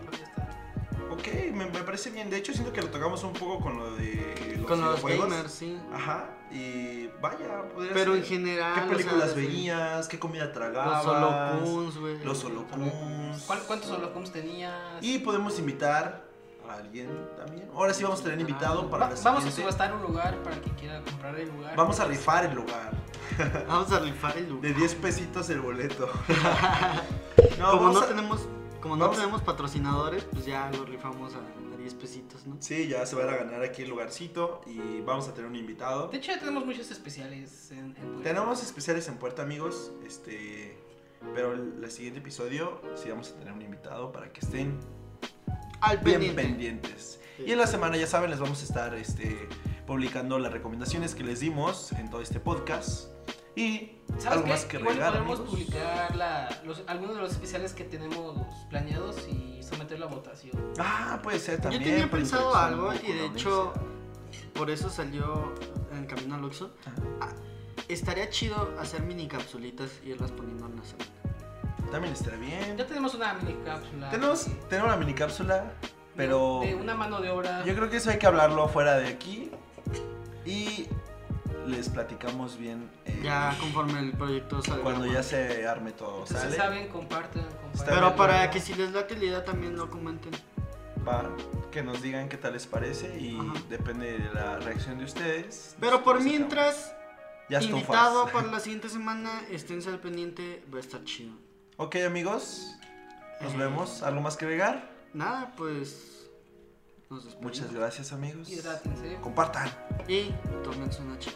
[SPEAKER 1] Ok, ok, me, me parece bien. De hecho, siento que lo tocamos un poco con lo de los,
[SPEAKER 3] con los
[SPEAKER 1] videojuegos.
[SPEAKER 3] gamers, sí.
[SPEAKER 1] Ajá, y vaya, podría
[SPEAKER 3] Pero
[SPEAKER 1] ser.
[SPEAKER 3] en general.
[SPEAKER 1] ¿Qué
[SPEAKER 3] o sea,
[SPEAKER 1] películas
[SPEAKER 3] desde
[SPEAKER 1] veías? ¿Qué comida
[SPEAKER 3] Los
[SPEAKER 1] tragabas?
[SPEAKER 3] holocuns, güey.
[SPEAKER 1] Los holocuns.
[SPEAKER 2] ¿Cuál- ¿Cuántos
[SPEAKER 3] Pues,
[SPEAKER 2] holocoms tenías?
[SPEAKER 1] Y podemos invitar a alguien también. Ahora sí vamos a tener invitado para
[SPEAKER 2] Ah. Va-
[SPEAKER 1] la
[SPEAKER 2] vamos a
[SPEAKER 1] siguiente.
[SPEAKER 2] subastar un lugar para quien quiera comprar el lugar.
[SPEAKER 1] Vamos a rifar el lugar.
[SPEAKER 3] Vamos a rifar el lugar.
[SPEAKER 1] De 10 pesitos el boleto. no,
[SPEAKER 3] Como
[SPEAKER 1] vamos
[SPEAKER 3] no
[SPEAKER 1] a-
[SPEAKER 3] tenemos. Como no
[SPEAKER 1] vamos a-
[SPEAKER 3] tenemos patrocinadores, pues ya lo rifamos a, a 10 pesitos, ¿no?
[SPEAKER 1] Sí, ya se van a ganar aquí el lugarcito y vamos a tener un invitado.
[SPEAKER 2] De hecho, ya tenemos muchos especiales en, en Puebla.
[SPEAKER 1] Tenemos especiales en puerta, amigos. Este, pero el, el siguiente episodio sí vamos a tener un invitado para que estén
[SPEAKER 3] Al
[SPEAKER 1] bien
[SPEAKER 3] pendiente.
[SPEAKER 1] pendientes.
[SPEAKER 3] Sí.
[SPEAKER 1] Y en la semana, ya saben, les vamos a estar este, publicando las recomendaciones que les dimos en todo este podcast. Y
[SPEAKER 2] ¿Sabes
[SPEAKER 1] algo
[SPEAKER 2] qué?
[SPEAKER 1] más que
[SPEAKER 2] Igual
[SPEAKER 1] regalar,
[SPEAKER 2] podemos
[SPEAKER 1] amigos.
[SPEAKER 2] publicar la- los- algunos de los especiales que tenemos planeados y someterlo a votación.
[SPEAKER 1] Ah, puede ser también. pues,
[SPEAKER 3] Yo tenía
[SPEAKER 1] por
[SPEAKER 3] pensado
[SPEAKER 1] interacción
[SPEAKER 3] algo
[SPEAKER 1] con
[SPEAKER 3] y
[SPEAKER 1] la
[SPEAKER 3] de hecho
[SPEAKER 1] audiencia.
[SPEAKER 3] por eso salió en camino al Oxxo. Ah, Estaría chido hacer mini capsulitas y irlas poniendo en la semana.
[SPEAKER 1] También estará bien.
[SPEAKER 2] Ya tenemos una mini cápsula.
[SPEAKER 1] Tenemos,
[SPEAKER 2] de-
[SPEAKER 1] tenemos la mini cápsula, pero
[SPEAKER 2] De una mano de obra.
[SPEAKER 1] yo creo que eso hay que hablarlo fuera de aquí. Y les platicamos bien eh,
[SPEAKER 3] Ya conforme el proyecto salga.
[SPEAKER 1] cuando ya se arme todo.
[SPEAKER 2] Entonces,
[SPEAKER 1] ¿Sale?
[SPEAKER 2] saben, compartan, compartan.
[SPEAKER 1] Está
[SPEAKER 3] Pero
[SPEAKER 1] bien.
[SPEAKER 3] para que si les da calidad también lo comenten.
[SPEAKER 1] Va, que nos digan qué tal les parece y
[SPEAKER 3] Ajá.
[SPEAKER 1] depende de la reacción de ustedes.
[SPEAKER 3] Pero por
[SPEAKER 1] Nos
[SPEAKER 3] mientras,
[SPEAKER 1] sacamos. Ya estufas.
[SPEAKER 3] invitado para la siguiente semana, esténse al pendiente, va a estar chido.
[SPEAKER 1] Ok, amigos, nos
[SPEAKER 3] Eh.
[SPEAKER 1] vemos. ¿Algo más que agregar?
[SPEAKER 3] Nada, pues nos despedimos.
[SPEAKER 1] Muchas gracias, amigos.
[SPEAKER 2] Hidrátense.
[SPEAKER 1] Compartan.
[SPEAKER 3] Y tomen su noche.